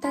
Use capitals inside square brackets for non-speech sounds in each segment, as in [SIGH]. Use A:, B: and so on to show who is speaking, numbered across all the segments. A: 大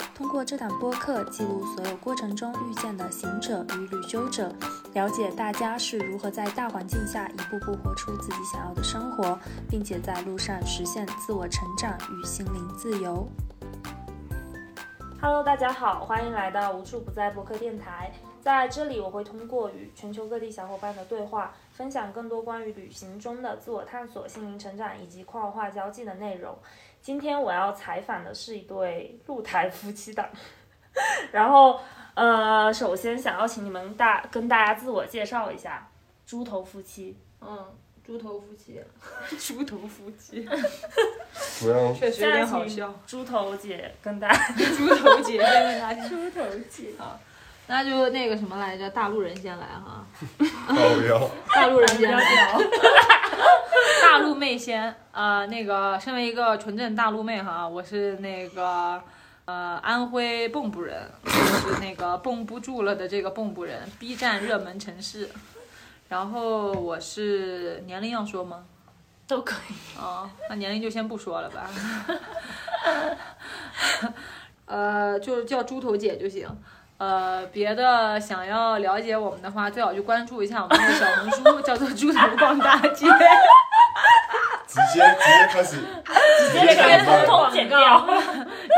A: 通过这档播客记录所有过程中遇见的行者与旅修者，了解大家是如何在大环境下一步步活出自己想要的生活，并且在路上实现自我成长与心灵自由。Hello，大家好，欢迎来到无处不在播客电台。在这里，我会通过与全球各地小伙伴的对话，分享更多关于旅行中的自我探索、心灵成长以及跨文化交际的内容。今天我要采访的是一对露台夫妻
B: [LAUGHS]
A: 档，然后呃，首先想要请你们大跟大家自我介绍一下，猪头夫妻。
C: 嗯，猪头夫妻， [LAUGHS] 猪头夫 [LAUGHS] 妻，
D: 不让
C: 确实有点好笑。
A: 猪头姐跟大家，
C: 猪头姐先跟 [LAUGHS] 大家，
E: 猪头姐，
C: 那就那个什么来着，大陆人先来哈，
D: 高腰，
C: 大陆人
E: [LAUGHS]
C: 先
A: 大陆
C: 来，大陆妹先啊、呃那个身为一个纯正大陆妹哈，我是那个。呃，安徽蚌埠人，就是那 [LAUGHS] 个蹦不住了的这个蚌埠人，B 站热门城市。然后我是年龄要说吗？
A: 都可
C: [LAUGHS]
A: 以。
C: 哦，那年龄就先不说了 [LAUGHS] 吧。呃，就是叫猪头姐就行。呃，别的想要了解我们的话，最好去关注一下我们的小红书，叫做“猪头逛大街
D: [LAUGHS]
C: [LAUGHS]
D: 直接直接开始，直
A: 这
D: 接
A: 个
D: 开
A: 通
D: 始
A: 通剪掉。”，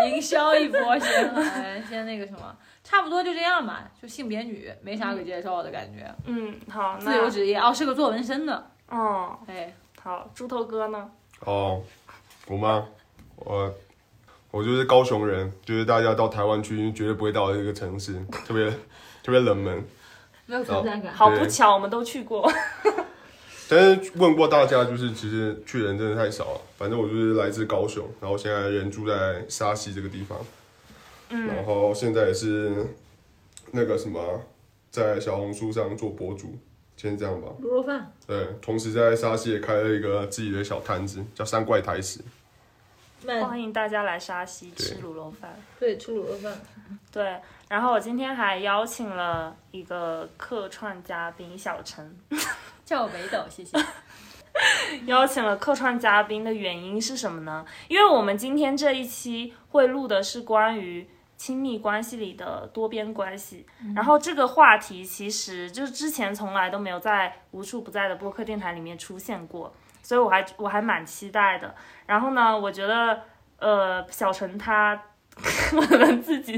C: 营销一波先，哎，先那个什么，差不多就这样吧。就性别女，没啥可介绍的感觉。
E: 嗯，好，
C: 自由
E: 那
C: 职业，哦，是个做纹身的，
E: 哦，
C: 哎，
E: 好，猪头哥呢？
D: 哦，我吗？我我就是高雄人，就是大家到台湾去绝对不会到的一个城市，特别特别冷门。
C: 没有存在感。
E: 好不巧，我们都去过。
D: 但是问过大家，就是其实去的人真的太少了。反正我就是来自高雄，然后现在人住在沙溪这个地方，然后现在也是那个什么，在小红书上做博主，先这样吧。
C: 卤肉饭，
D: 对，同时在沙溪也开了一个自己的小摊子，叫三怪台食。
C: 卖哦
E: 欢迎大家来沙溪
D: 对
E: 吃卤肉饭。
C: 对吃卤肉饭，
E: 对，然后我今天还邀请了一个客串嘉宾小陈。
C: 叫围斗，谢 [LAUGHS] 谢。
E: 邀请了客串嘉宾的原因是什么呢？因为我们今天这一期会录的是关于亲密关系里的多边关系，
C: 嗯
E: 然后这个话题其实就是之前从来都没有在无处不在的播客电台里面出现过，所以我还我还蛮期待的。然后呢，我觉得呃，小陈他 [LAUGHS] 可能自己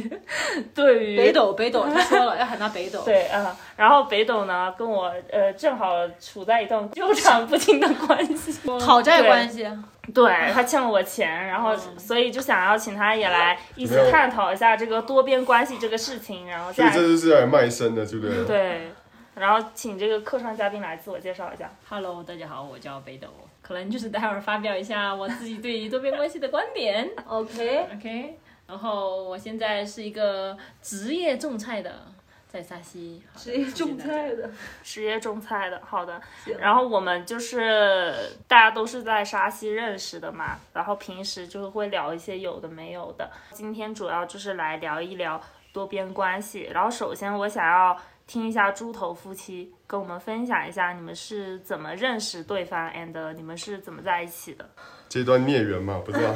E: 对于
C: 北斗，北斗，他说了要喊他北斗。
E: 对啊、然后北斗呢跟我呃正好处在一段纠缠不清的关系，
C: 讨债关系，
E: 对他欠了我钱，然后、
C: 嗯
E: 所以就想要请他也来一起
D: 没有
E: 探讨一下这个多边关系这个事情，然后
D: 所以
E: 再
D: 这就是来卖身的，对不
C: 嗯
D: 对？
E: 对，然后请这个客串嘉宾来自我介绍一下。
B: Hello，大家好，我叫北斗，可能就是待会儿发表一下我自己对于多边关系的观点
C: OK，
B: ，OK。然后我现在是一个职业种菜的，在沙溪好的
C: 职业种菜的，
E: 职业种菜的，好的
C: 行。
E: 然后我们就是大家都是在沙溪认识的嘛，然后平时就会聊一些有的没有的。今天主要就是来聊一聊多边关系。然后首先我想要听一下猪头夫妻跟我们分享一下你们是怎么认识对方，and 你们是怎么在一起的。
D: 这段孽缘嘛，不是
C: [LAUGHS]
D: 吧？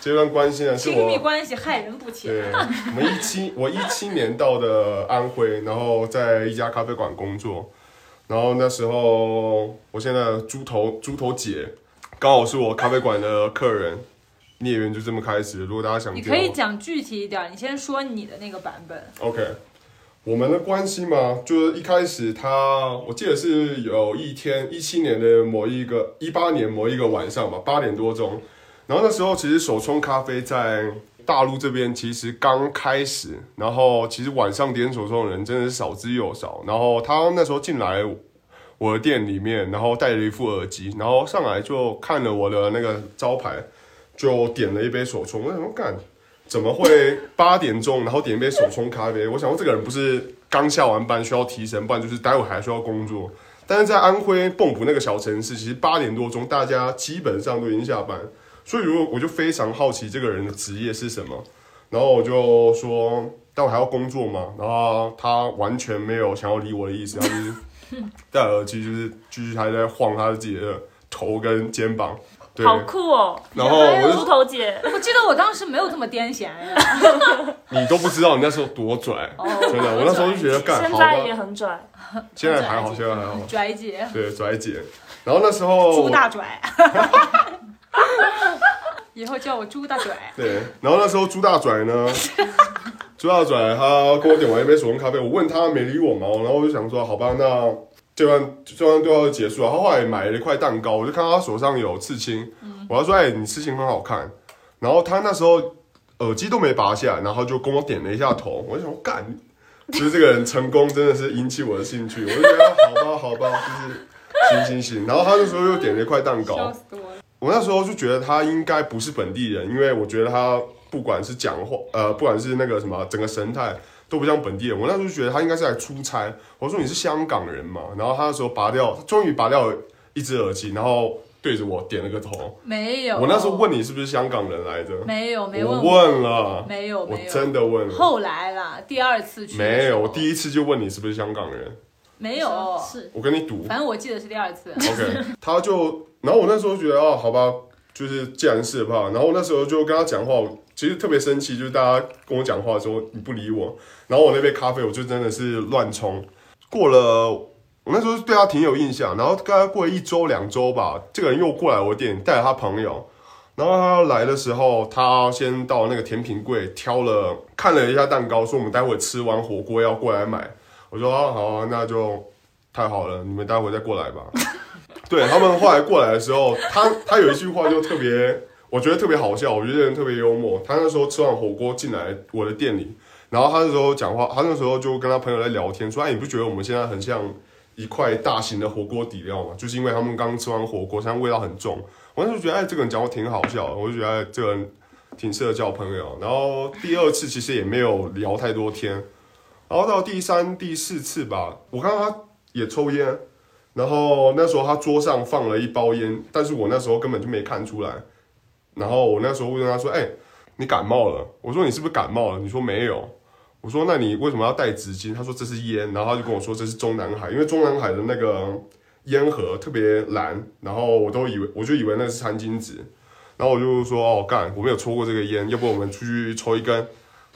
D: 这段关系呢，是
C: 亲密
D: 我
C: 关系害人不浅。
D: 对，我们一七我一七年到的安徽，然后在一家咖啡馆工作，然后那时候我现在猪头猪头姐刚好是我咖啡馆的客人，孽缘就这么开始。如果大家想
C: 你
D: 听
C: 可
D: 的
C: 以
D: 话
C: 讲具体一点，你先说你的那个版本。
D: OK，我们的关系嘛，就是一开始他，我记得是有一天，一七年的某一个，一八年某一个晚上吧，八点多钟。然后那时候其实手冲咖啡在大陆这边其实刚开始，然后其实晚上点手冲的人真的是少之又少。然后他那时候进来我的店里面，然后戴了一副耳机，然后上来就看了我的那个招牌，就点了一杯手冲。我想说干，怎么会八点钟，然后点一杯手冲咖啡？我想说这个人不是刚下完班需要提神，不然就是待会还需要工作。但是在安徽蚌埠那个小城市，其实八点多钟大家基本上都已经下班，所以如果我就非常好奇这个人的职业是什么，然后我就说，但我还要工作吗？然后他完全没有想要理我的意思，他就是戴耳机，就是继续还在晃他自己的头跟肩膀，对，
E: 好酷哦！
D: 然后我
E: 猪
D: 就
E: 头姐，
C: 我记得我当时没有这么癫痫呀，
D: [LAUGHS] 你都不知道你那时候多拽，真的，我那时候就觉得干
E: 现
D: 好
E: 在
D: 吧，
E: 也很拽，
D: 现在还好，现在还好，
C: 拽姐，
D: 对，拽姐。然后那时候
C: 猪
D: 哦我
C: 大拽， [LAUGHS] 以后叫我猪大拽。
D: 对，然后那时候朱大拽呢， [LAUGHS] 朱大拽他跟我点完一杯手工咖啡，我问他没理我嘛，然后我就想说好吧，那这段这段对话就结束了。他后来买了一块蛋糕，我就看他手上有刺青，我要说哎你刺青很好看，然后他那时候耳机都没拔下来，然后就跟我点了一下头，我就想说干，就是这个人成功真的是引起我的兴趣，我就觉得好吧好吧，就是行行行，然后他那时候又点了一块蛋糕
C: 笑，死我了！
D: 我那时候就觉得他应该不是本地人，因为我觉得他不管是讲话，呃，不管是那个什么，整个神态都不像本地人。我那时候就觉得他应该是来出差。我说你是香港人嘛？然后他那时候拔掉，终于拔掉一只耳机，然后对着我点了个头。
C: 没有，
D: 我那时候问你是不是香港人来着？
C: 哦没有，没
D: 我
C: 问过，
D: 问了，
C: 没有，
D: 我
C: 没有，
D: 真的问了，
C: 后来啦，第二次去的
D: 没
C: 时
D: 有。
C: 候
D: 我第一次就问你是不是香港人，
C: 没有，
B: 是
D: 我跟你赌。
C: 反正我记得是第二次。
D: OK，他就，然后我那时候觉得哦，好吧，就是既然是吧，然后我那时候就跟他讲话，我其实特别生气，就是大家跟我讲话的时候你不理我，然后我那杯咖啡我就真的是乱冲，过了我那时候对他挺有印象，然后大概过了一周两周吧，这个人又过来我店带了他朋友，然后他来的时候，他先到那个甜品柜挑了看了一下蛋糕，说我们待会吃完火锅要过来买，我说啊好啊，那就太好了，你们待会再过来吧。对他们后来过来的时候，他他有一句话就特别，我觉得特别好笑，我觉得这人特别幽默。他那时候吃完火锅进来我的店里，然后他那时候讲话，他那时候就跟他朋友在聊天，说：“哎，你不觉得我们现在很像一块大型的火锅底料吗？就是因为他们刚吃完火锅，现在味道很重。”我那时候觉得，哎，这个人讲话挺好笑的，我就觉得、哎、这个人挺适合交朋友。啊然后第二次其实也没有聊太多天，然后到第三、第四次吧，我看到他也抽烟，然后那时候他桌上放了一包烟，但是我那时候根本就没看出来。然后我那时候问他说：“哎、你感冒了？”我说：“你是不是感冒了？”你说没有。我说：“那你为什么要带纸巾？”他说：“这是烟。”然后他就跟我说：“这是中南海，因为中南海的那个烟盒特别蓝。”然后我都以为我就以为那是餐巾纸，然后我就说：“哦，干，我没有抽过这个烟，要不我们出去抽一根？”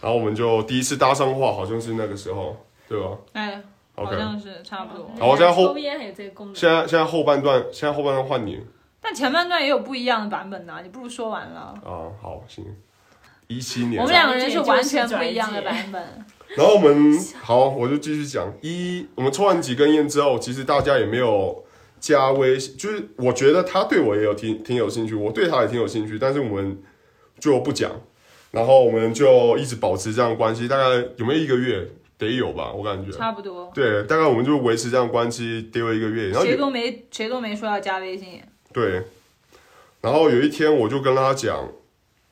D: 然后我们就第一次搭上话，好像是那个时候，对吧
C: [LAUGHS] 哎，好
D: ？OK。
C: 像是差不多。
D: 好我现在后
B: 抽烟还有这个功能。
D: 现在现在后半段，现在后半段换你。
C: 但前半段也有不一样的版本呢，你不如说完了。
D: 啊，好，行，一七年，啊
C: 我们两个人是完全不一样的版本。
D: 然后我们好，我就继续讲一，我们抽完几根烟之后，其实大家也没有加微信，就是我觉得他对我也有挺挺有兴趣，我对他也挺有兴趣，但是我们就不讲，然后我们就一直保持这样的关系，大概有没有一个月？得有吧，我感觉。
C: 差不多，
D: 对，大概我们就维持这样的关系，得有一个月。然后有
C: 谁都没谁都没说要加微信，
D: 对，然后有一天我就跟他讲，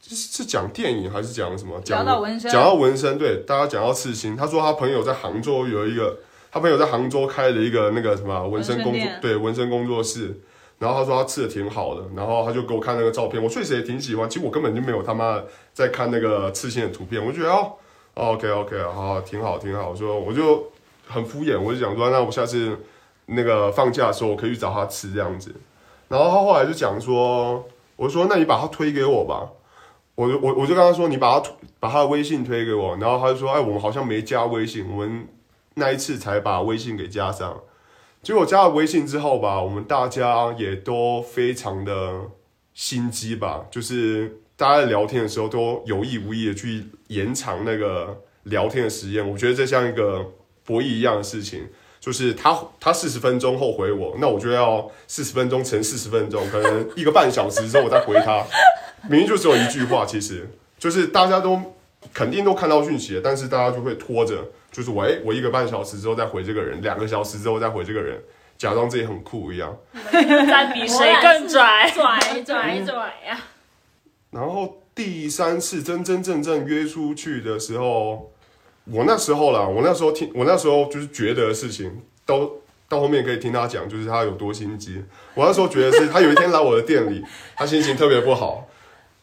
D: 是是讲电影还是讲什么？
C: 聊到纹身
D: 讲到纹身，对，大家讲到刺青，他说他朋友在杭州有一个，他朋友在杭州开了一个那个什么纹身
C: 纹身
D: 工作
C: 店，
D: 对，纹身工作室。然后他说他刺的挺好的，然后他就给我看那个照片，我确实也挺喜欢。其实我根本就没有他妈在看那个刺青的图片，我就觉得哦，OK OK，好，挺好挺好。我说我就很敷衍，我就想说，那我下次那个放假的时候，我可以去找他吃这样子。然后他后来就讲说，我说那你把他推给我吧，我就我我就跟他说，你把他推把他的微信推给我，然后他就说，哎，我们好像没加微信，我们那一次才把微信给加上。结果加了微信之后吧，我们大家也都非常的心机吧，就是大家在聊天的时候都有意无意的去延长那个聊天的时间。我觉得这像一个博弈一样的事情，就是他他四十分钟后回我，那我就要四十分钟乘四十分钟，可能一个半小时之后我再回他。明明就只有一句话，其实就是大家都肯定都看到讯息了，但是大家就会拖着，就是我哎、我一个半小时之后再回这个人，两个小时之后再回这个人，假装自己很酷一样。
E: 在比谁更拽。
B: 拽拽
D: 嗯
B: 拽呀！
D: 然后第三次真真正正约出去的时候，我那时候啦，我那时候听，我那时候就是觉得事情都到后面可以听他讲，就是他有多心机。我那时候觉得是他有一天来我的店里， [LAUGHS] 他心情特别不好，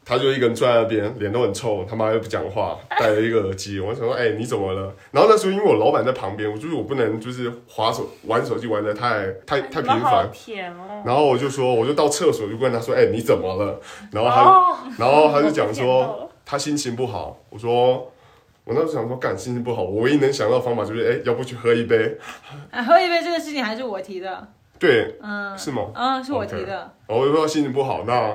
D: 他就一个人坐在那边，脸都很臭，他妈又不讲话，戴了一个耳机。我想说，哎、你怎么了？然后那时候因为我老板在旁边，我就是我不能就是划手玩手机玩的太太太
E: 你
D: 频
E: 们好
D: 繁。
E: 甜哦。
D: 然后我就说，我就到厕所就问他说，哎、你怎么了？然后他就
E: 哦，
D: 然后他就讲
E: 我被骗到
D: 说
E: 了
D: 他心情不好，我说我那时候想说，干心情不好，我唯一能想到的方法就是，哎，要不去喝一杯？
C: [LAUGHS] 哎，喝一杯这个事情还是我提的，
D: 对，
C: 嗯
D: 是吗？
C: 嗯，是我提的。
D: 然后我就说心情不好，那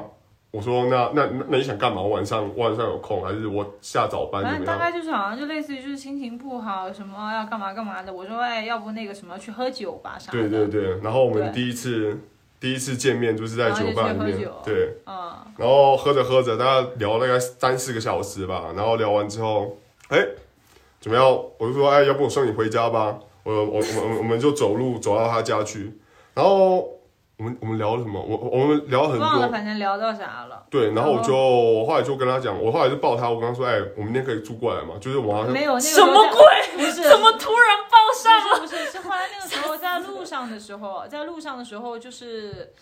D: 我说那那那那你想干嘛？我晚上我晚上有空，还是我下早班
C: 反
D: 怎
C: 正
D: 么
C: 大
D: 样？
C: 概就是好像就类似于就是心情不好什么要干嘛干嘛的，我说哎要不那个什么去喝酒吧啥的，
D: 对对对，然后我们
C: 对
D: 第一次第一次见面就是在
C: 然后
D: 酒
C: 就
D: 吧
C: 去
D: 里
C: 喝
D: 面
C: 酒，
D: 对，
C: 嗯，
D: 然后喝着喝着，大概聊了大概三四个小时吧。然后聊完之后，哎，怎么样？我就说，哎，要不我送你回家吧。我我我们我们就走路走到他家去。然后我们我们聊了什么？我我我们聊了很
C: 忘了嗯
D: 多。
C: 反正聊到啥了。
D: 对，然后我就我后来就跟他讲，我后来就抱他，我跟他说，哎，我明天可以住过来嘛？就是我好像
C: 没有那个时
E: 什
C: 候在
E: 么鬼？
C: 不是
E: 怎么啊突然报上了？
C: 不是不是，是后来那个时候在路上的时候， [LAUGHS] 在路上的时候就是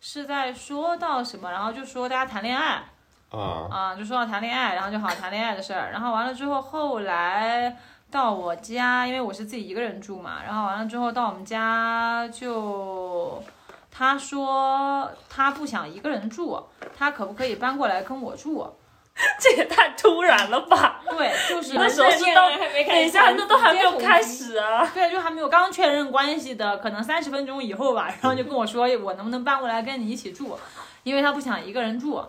C: 是在说到什么，然后就说大家谈恋爱
D: 啊，
C: 啊、就说到谈恋爱，然后就好谈恋爱的事儿，然后完了之后，后来到我家，因为我是自己一个人住嘛，然后完了之后到我们家就。他说他不想一个人住，他可不可以搬过来跟我住？
E: 这也太突然了
C: [LAUGHS]
E: 吧！
C: 对，就是
E: 那时候是到，
B: 还没开始
E: 等一下，那都还没有开始啊。
C: 对，就还没有刚确认关系的，可能三十分钟以后吧，然后就跟我说我能不能搬过来跟你一起住，因为他不想一个人住。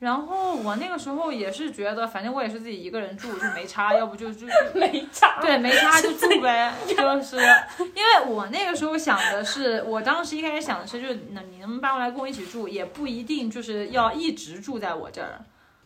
C: 然后我那个时候也是觉得，反正我也是自己一个人住，就没差，要不就 [LAUGHS] 就
E: [LAUGHS] 没差。
C: 对没差就住呗， [LAUGHS] 就是因为我那个时候想的是，我当时一开始想的是，就是那你能不能搬过来跟我一起住，也不一定就是要一直住在我这儿，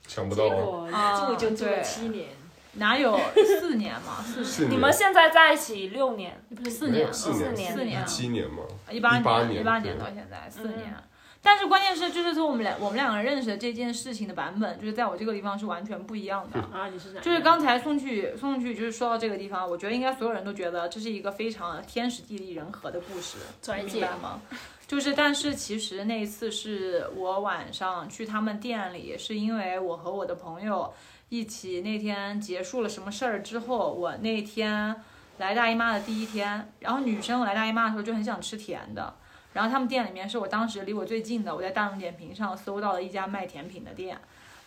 D: 想不到
B: 结
D: 啊，
B: 果
C: 啊
B: 住就住了
C: 对
B: 七年，
C: 哪有四年嘛，四
D: 四
E: 你
D: 年，
E: 们现在在一起六年，
B: 不是
C: 四
D: 没
C: 年
D: 有
C: 了
D: 四
E: 四
D: 年，
E: 年
C: 四年啊
D: 一
C: 了
D: 七年嘛，
C: 一八
D: 18
C: 年，
D: 年
C: 一八年
D: 对
C: 到现在四
E: 嗯
C: 年。但是关键是，就是说我们俩我们两个人认识的这件事情的版本，就是在我这个地方是完全不一样的。
B: 啊，你是哪一个？
C: 就是刚才宋去宋去就是说到这个地方，我觉得应该所有人都觉得这是一个非常天时地利人和的故事，
B: 专
C: 明
B: 业
C: 白吗？ [LAUGHS] 就是，但是其实那一次是我晚上去他们店里，是因为我和我的朋友一起那天结束了什么事儿之后，我那天来大姨妈的第一天，然后女生我来大姨妈的时候就很想吃甜的，然后他们店里面是我当时离我最近的，我在大众点评上搜到了一家卖甜品的店，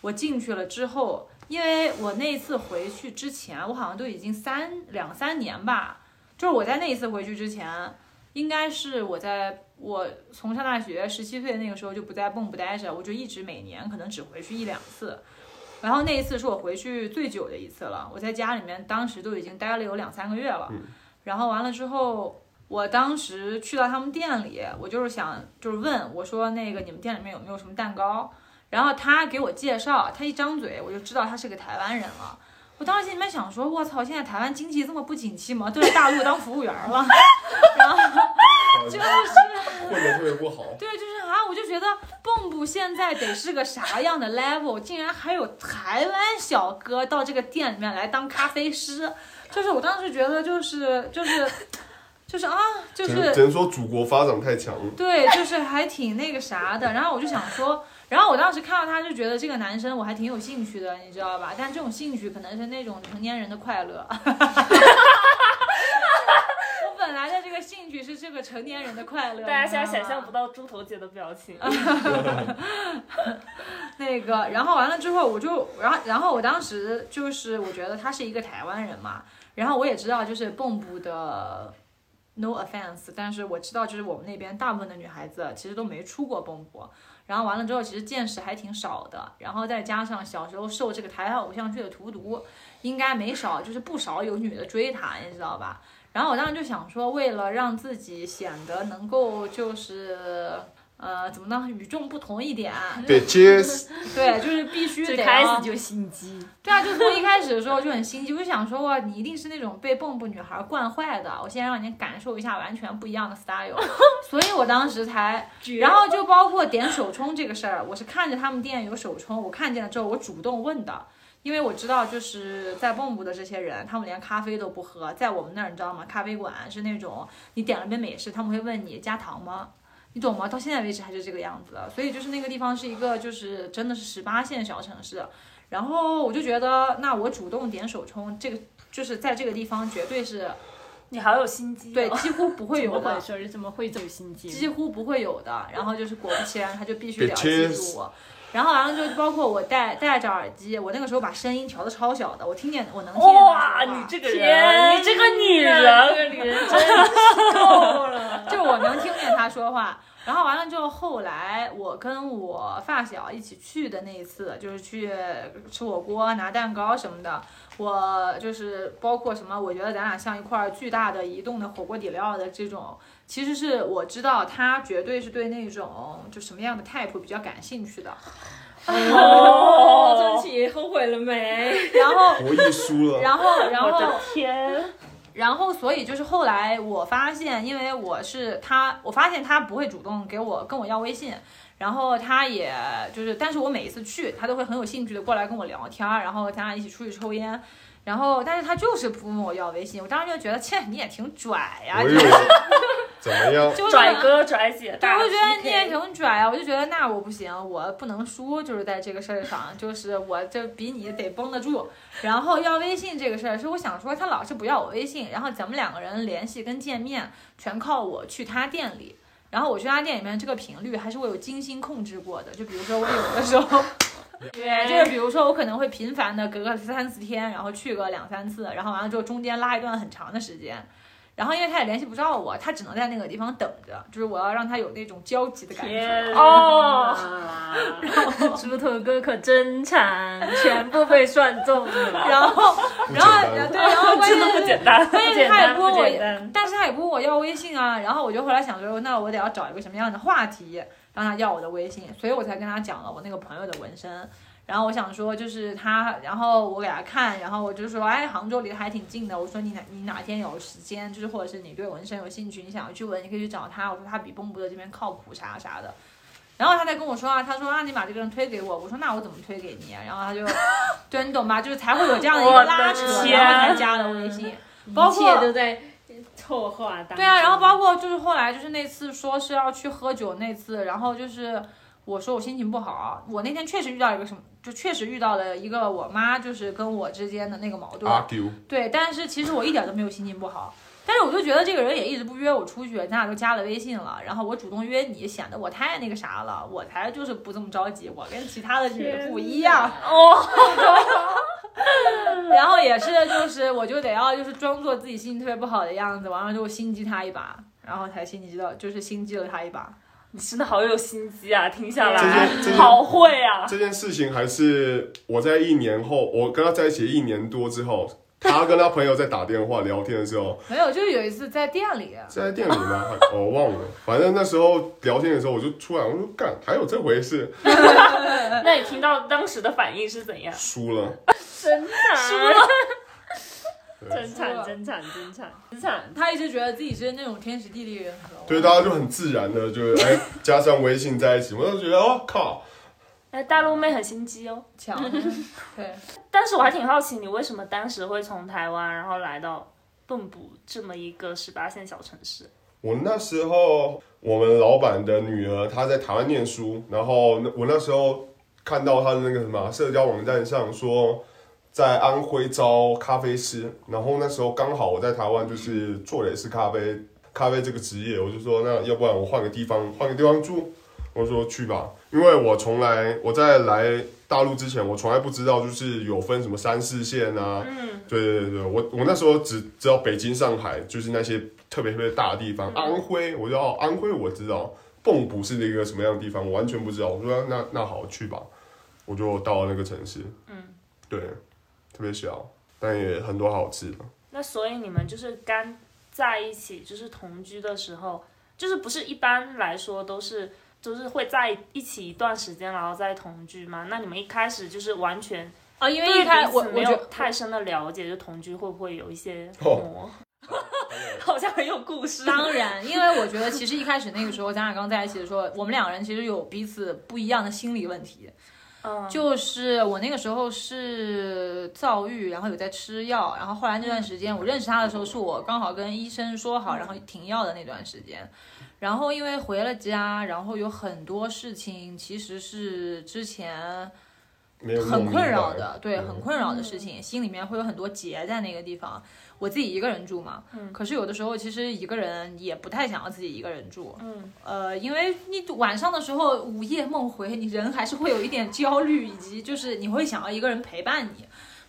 C: 我进去了之后，因为我那一次回去之前，我好像都已经三两三年吧，就是我在那一次回去之前，应该是我在我从上大学十七岁那个时候就不在蹦不待着，我就一直每年可能只回去一两次。然后那一次是我回去最久的一次了，我在家里面当时都已经待了有两三个月了。然后完了之后，我当时去到他们店里，我就是想就是问我说那个你们店里面有没有什么蛋糕？然后他给我介绍，他一张嘴我就知道他是个台湾人了。我当时心里面想说，我操，现在台湾经济这么不景气吗？都在大陆当服务员了， [LAUGHS] 然后就是。
D: 混的特别不好。
C: 对，就是啊，我就觉得蹦蹦现在得是个啥样的 level，竟然还有台湾小哥到这个店里面来当咖啡师，就是我当时觉得就是就是就是啊，就
D: 只
C: 是
D: 能只能说祖国发展太强，
C: 对，就是还挺那个啥的。然后我就想说，然后我当时看到他就觉得这个男生我还挺有兴趣的，你知道吧？但这种兴趣可能是那种成年人的快乐。 [LAUGHS] 我本来的这个兴趣是这个成年人的快乐，
E: 大家现在想象
C: 不
E: 不到猪头姐的表情。
C: [LAUGHS] 那个，然后完了之后，我就，然后，然后我当时就是，我觉得他是一个台湾人嘛，然后我也知道就是蚌埠的，no offense，但是我知道就是我们那边大部分的女孩子其实都没出过蚌埠，然后完了之后其实见识还挺少的，然后再加上小时候受这个台湾偶像剧的荼毒，应该没少就是不少有女的追他，你知道吧？然后我当时就想说，为了让自己显得能够就是。呃，怎么呢？与众不同一点，
D: 对，接
C: 对，就是必须
B: 最
C: 得
B: 开
C: 要
B: 始就心机，
C: 对啊，就从一开始的时候就很心机，我就想说哇，你一定是那种被蹦蹦女孩惯坏的，我现在让你感受一下完全不一样
B: [LAUGHS]
C: 的 style，所以我当时才，然后就包括点手冲这个事儿，我是看着他们店有手冲，我看见了之后我主动问的。因为我知道就是在蚌埠的这些人，他们连咖啡都不喝，在我们那儿你知道吗？咖啡馆是那种你点了杯美式，他们会问你加糖吗？你懂吗？到现在为止还是这个样子的，所以就是那个地方是一个就是真的是十八线小城市，然后我就觉得那我主动点手冲这个就是在这个地方绝对是
E: 你好有心机、哦。
C: 对几乎不会
B: 怎
C: 有
B: 么
C: 的
B: 回，事儿？怎么会这么心机？
C: 几乎不会有的。然后就是果不其然，他就必须得要记住我。然后完了之后，包括我戴戴着耳机，我那个时候把声音调的超小的，我听见我能听见
E: 哇，
C: 他说话
E: 你这个人，啊你这个女
B: 这
E: 人，
B: 个女人真是够
C: [LAUGHS]
B: 了。
C: 就是我能听见他说话。然后完了之后，后来我跟我发小一起去的那一次，就是去吃火锅、拿蛋糕什么的。我就是包括什么，我觉得咱俩像一块巨大的移动的火锅底料的这种，其实是我知道他绝对是对那种就什么样的 type 比较感兴趣的。 [LAUGHS]
B: 哦，真奇，后悔了没？
C: 然后，
D: 博弈输了，
C: 然后，然
E: 我
C: 后
E: 的天，
C: 然后，所以就是后来我发现，因为我是他，我发现他不会主动给我跟我要微信，然后他也就是，但是我每一次去，他都会很有兴趣的过来跟我聊天儿，然后咱俩一起出去抽烟，然后但是他就是不问我要微信，我当时就觉得，切，你也挺拽呀，
D: 我
C: 就
D: 有
C: 是
D: 怎么样？
C: 就是
E: 拽哥拽姐
C: 对，
E: 大
C: 我就觉得
E: PK
C: 你也挺拽啊！我就觉得那我不行，我不能输，就是在这个事儿上，就是我这比你得绷得住。然后要微信这个事儿，是我想说他老是不要我微信，然后咱们两个人联系跟见面全靠我去他店里。然后我去他店里面，这个频率还是我有精心控制过的。就比如说我有的时候对，哎就是比如说我可能会频繁的隔个三四天，然后去个两三次，然后完了之后中间拉一段很长的时间。然后因为他也联系不到我，他只能在那个地方等着，就是我要让他有那种焦急的感觉。
E: 哦，
C: [LAUGHS]
B: 猪头哥可真惨，全部被算中了。
C: 然后，
D: 不简
C: 然后，
D: 单
C: 对，然后关
E: [LAUGHS]
C: 键
E: 真的不简单。
C: 关
B: 不
C: 键
B: 简
C: 他也
B: 单，
C: 不问
B: 不
C: 我
B: 简单。
C: 但是他也不问我要微信啊，然后我就后来想说，那我得要找一个什么样的话题让他要我的微信，所以我才跟他讲了我那个朋友的纹身。然后我想说，就是他，然后我给他看，然后我就说，哎，杭州离得还挺近的。我说你哪你哪天有时间，就是或者是你对纹身有兴趣，你想要去纹，你可以去找他。我说他比蚌埠的这边靠谱啥啥的。然后他才跟我说啊，他说啊，你把这个人推给我。我说那我怎么推给你、啊？然后他就， [LAUGHS] 对你懂吧？就是才会有这样的一
E: 我
C: 个
E: 的
C: 拉扯，
E: 天啊
C: 然后才加的微信。包括
B: 一切都在策划当中。
C: 对啊，然后包括就是后来就是那次说是要去喝酒那次，然后就是我说我心情不好，我那天确实遇到一个什么，就确实遇到了一个我妈就是跟我之间的那个矛盾。
D: argue
C: 对，但是其实我一点都没有心情不好，但是我就觉得这个人也一直不约我出去，咱俩都加了微信了，然后我主动约你，显得我太那个啥了，我才就是不这么着急，我跟其他的女的不一样。
E: 哦，
C: [LAUGHS] 然后也是就是我就得要就是装作自己心情特别不好的样子，完了之后心机他一把，然后才心机到就是心机了他一把。
E: 你真的好有心机啊！听下
D: 这
E: 来
D: 件这，件
E: 好会啊！
D: 这件事情，还是我在一年后，我跟他在一起一年多之后，他跟他朋友在打电话聊天的时候， [LAUGHS]
C: 没有，就是有一次在店里，
D: 是在店里吗？ [LAUGHS] 还哦，忘了，反正那时候聊天的时候，我就突然我说干，还有这回事，
E: 那你听到当时的反应是怎样？
D: 输了。
B: 真惨，
D: 对，
B: 真惨，真惨，真惨，真惨。
C: 他一直觉得自己是那种天时地利人和。
D: 对，大家就很自然的就哎加上微信在一起，我就觉得哦靠，
E: 哎，大陆妹很心机哦。
C: 强， [LAUGHS] 对，
E: 但是我还挺好奇，你为什么当时会从台湾，然后来到蚌埠这么一个十八线小城市？
D: 我那时候我们老板的女儿她在台湾念书，然后那我那时候看到她的那个什么啊社交网站上说在安徽招咖啡师，然后那时候刚好我在台湾就是做了一次咖啡咖啡这个职业，我就说那要不然我换个地方换个地方住，我说去吧，因为我从来我在来大陆之前我从来不知道就是有分什么三四线啊，
E: 嗯，
D: 对对对，我我那时候只知道北京、上海，就是那些特别特别大的地方。安徽，我知道安徽，我知道蚌埠是一个什么样的地方，我完全不知道。我说那那好去吧，我就到了那个城市。嗯，对，特别小，但也很多好吃的。
E: 那所以你们就是刚在一起，就是同居的时候，就是不是一般来说都是就是会在一起一段时间，然后再同居吗？那你们一开始就是完全
C: 啊，因为
E: 对
C: 一开
E: 彼
C: 我
E: 此
C: 我
E: 没
C: 觉
E: 有
C: 得
E: 太深的了解，就同居会不会有一些
D: 哦
E: 磨？ [LAUGHS] 好像很有故事。
C: 当然，因为我觉得其实一开始那个时候，咱俩刚在一起的时候，我们两个人其实有彼此不一样的心理问题。
E: 嗯，
C: 就是我那个时候是躁郁，然后有在吃药，然后后来那段时间我认识他的时候，是我刚好跟医生说好，然后停药的那段时间。然后因为回了家，然后有很多事情其实是之前
D: 没有那么
C: 很困扰
D: 明白
C: 的，对，
D: 嗯
C: 很困扰的事情，心里面会有很多结在那个地方。我自己一个人住嘛，可是有的时候其实一个人也不太想要自己一个人住，
E: 嗯，
C: 呃，因为你晚上的时候午夜梦回，你人还是会有一点焦虑，以及就是你会想要一个人陪伴你。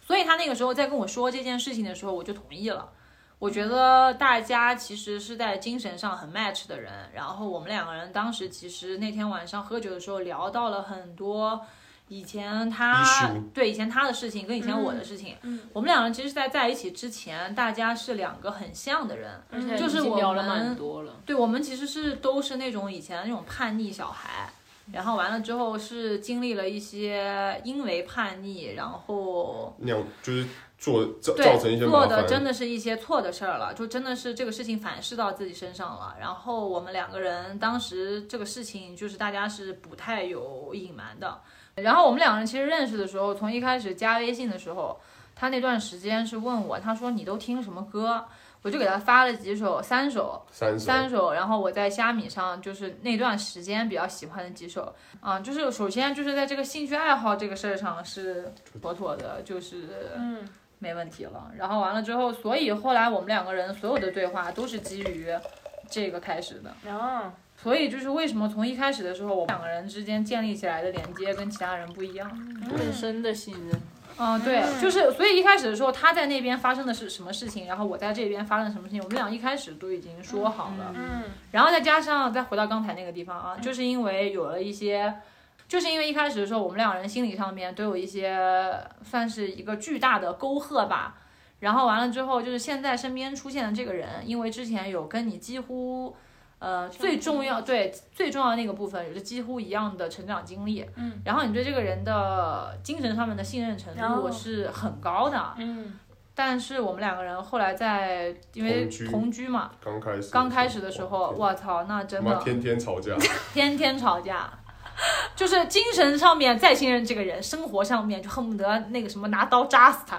C: 所以他那个时候在跟我说这件事情的时候，我就同意了。我觉得大家其实是在精神上很 match 的人，然后我们两个人当时其实那天晚上喝酒的时候聊到了很多以前他
D: Issue
C: 对以前他的事情跟以前我的事情。
E: 嗯
C: 我们两个人其实，在在一起之前，大家是两个很像的人，
B: 而
E: 嗯
B: 且
C: 就是
B: 已经
C: 我
B: 聊了
C: 们
B: 蛮多了，
C: 对我们其实是都是那种以前那种叛逆小孩，然后完了之后是经历了一些因为叛逆，然后
D: 那样就是做造
C: 对
D: 造成一些
C: 做
D: 麻
C: 的
D: 烦，
C: 真的是一些错的事儿了，就真的是这个事情反噬到自己身上了。然后我们两个人当时这个事情就是大家是不太有隐瞒的。然后我们两个人其实认识的时候，从一开始加微信的时候，他那段时间是问我，他说你都听什么歌？我就给他发了几首，三首，
D: 三十
C: 三首，然后我在虾米上就是那段时间比较喜欢的几首啊，就是首先就是在这个兴趣爱好这个事儿上是妥妥的，就是
E: 嗯
C: 没问题了。然后完了之后，所以后来我们两个人所有的对话都是基于这个开始的。
E: 然后
C: 所以就是为什么从一开始的时候，我们两个人之间建立起来的连接跟其他人不一样。
B: 很深的信任。
C: 嗯，对，
E: 嗯
C: 就是所以一开始的时候，他在那边发生的是什么事情，然后我在这边发生什么事情，我们俩一开始都已经说好了。
E: 嗯
C: 然后再加上再回到刚才那个地方啊，就是因为有了一些，就是因为一开始的时候，我们两人心理上面都有一些算是一个巨大的沟壑吧。然后完了之后，就是现在身边出现的这个人，因为之前有跟你几乎，呃，最重要对最重要的那个部分有着几乎一样的成长经历，
E: 嗯，
C: 然后你对这个人的精神上面的信任程度
E: 哦
C: 是很高的，
E: 嗯
C: 但是我们两个人后来在因为
D: 同居
C: 同居嘛，
D: 刚开始
C: 刚开始的时候，
D: 哇，
C: 我操，那
D: 他
C: 真
D: 妈
C: 的
D: 天天
C: [LAUGHS]
D: 吵架，
C: 天天吵架，就是精神上面再信任这个人，生活上面就恨不得那个什么拿刀扎死他。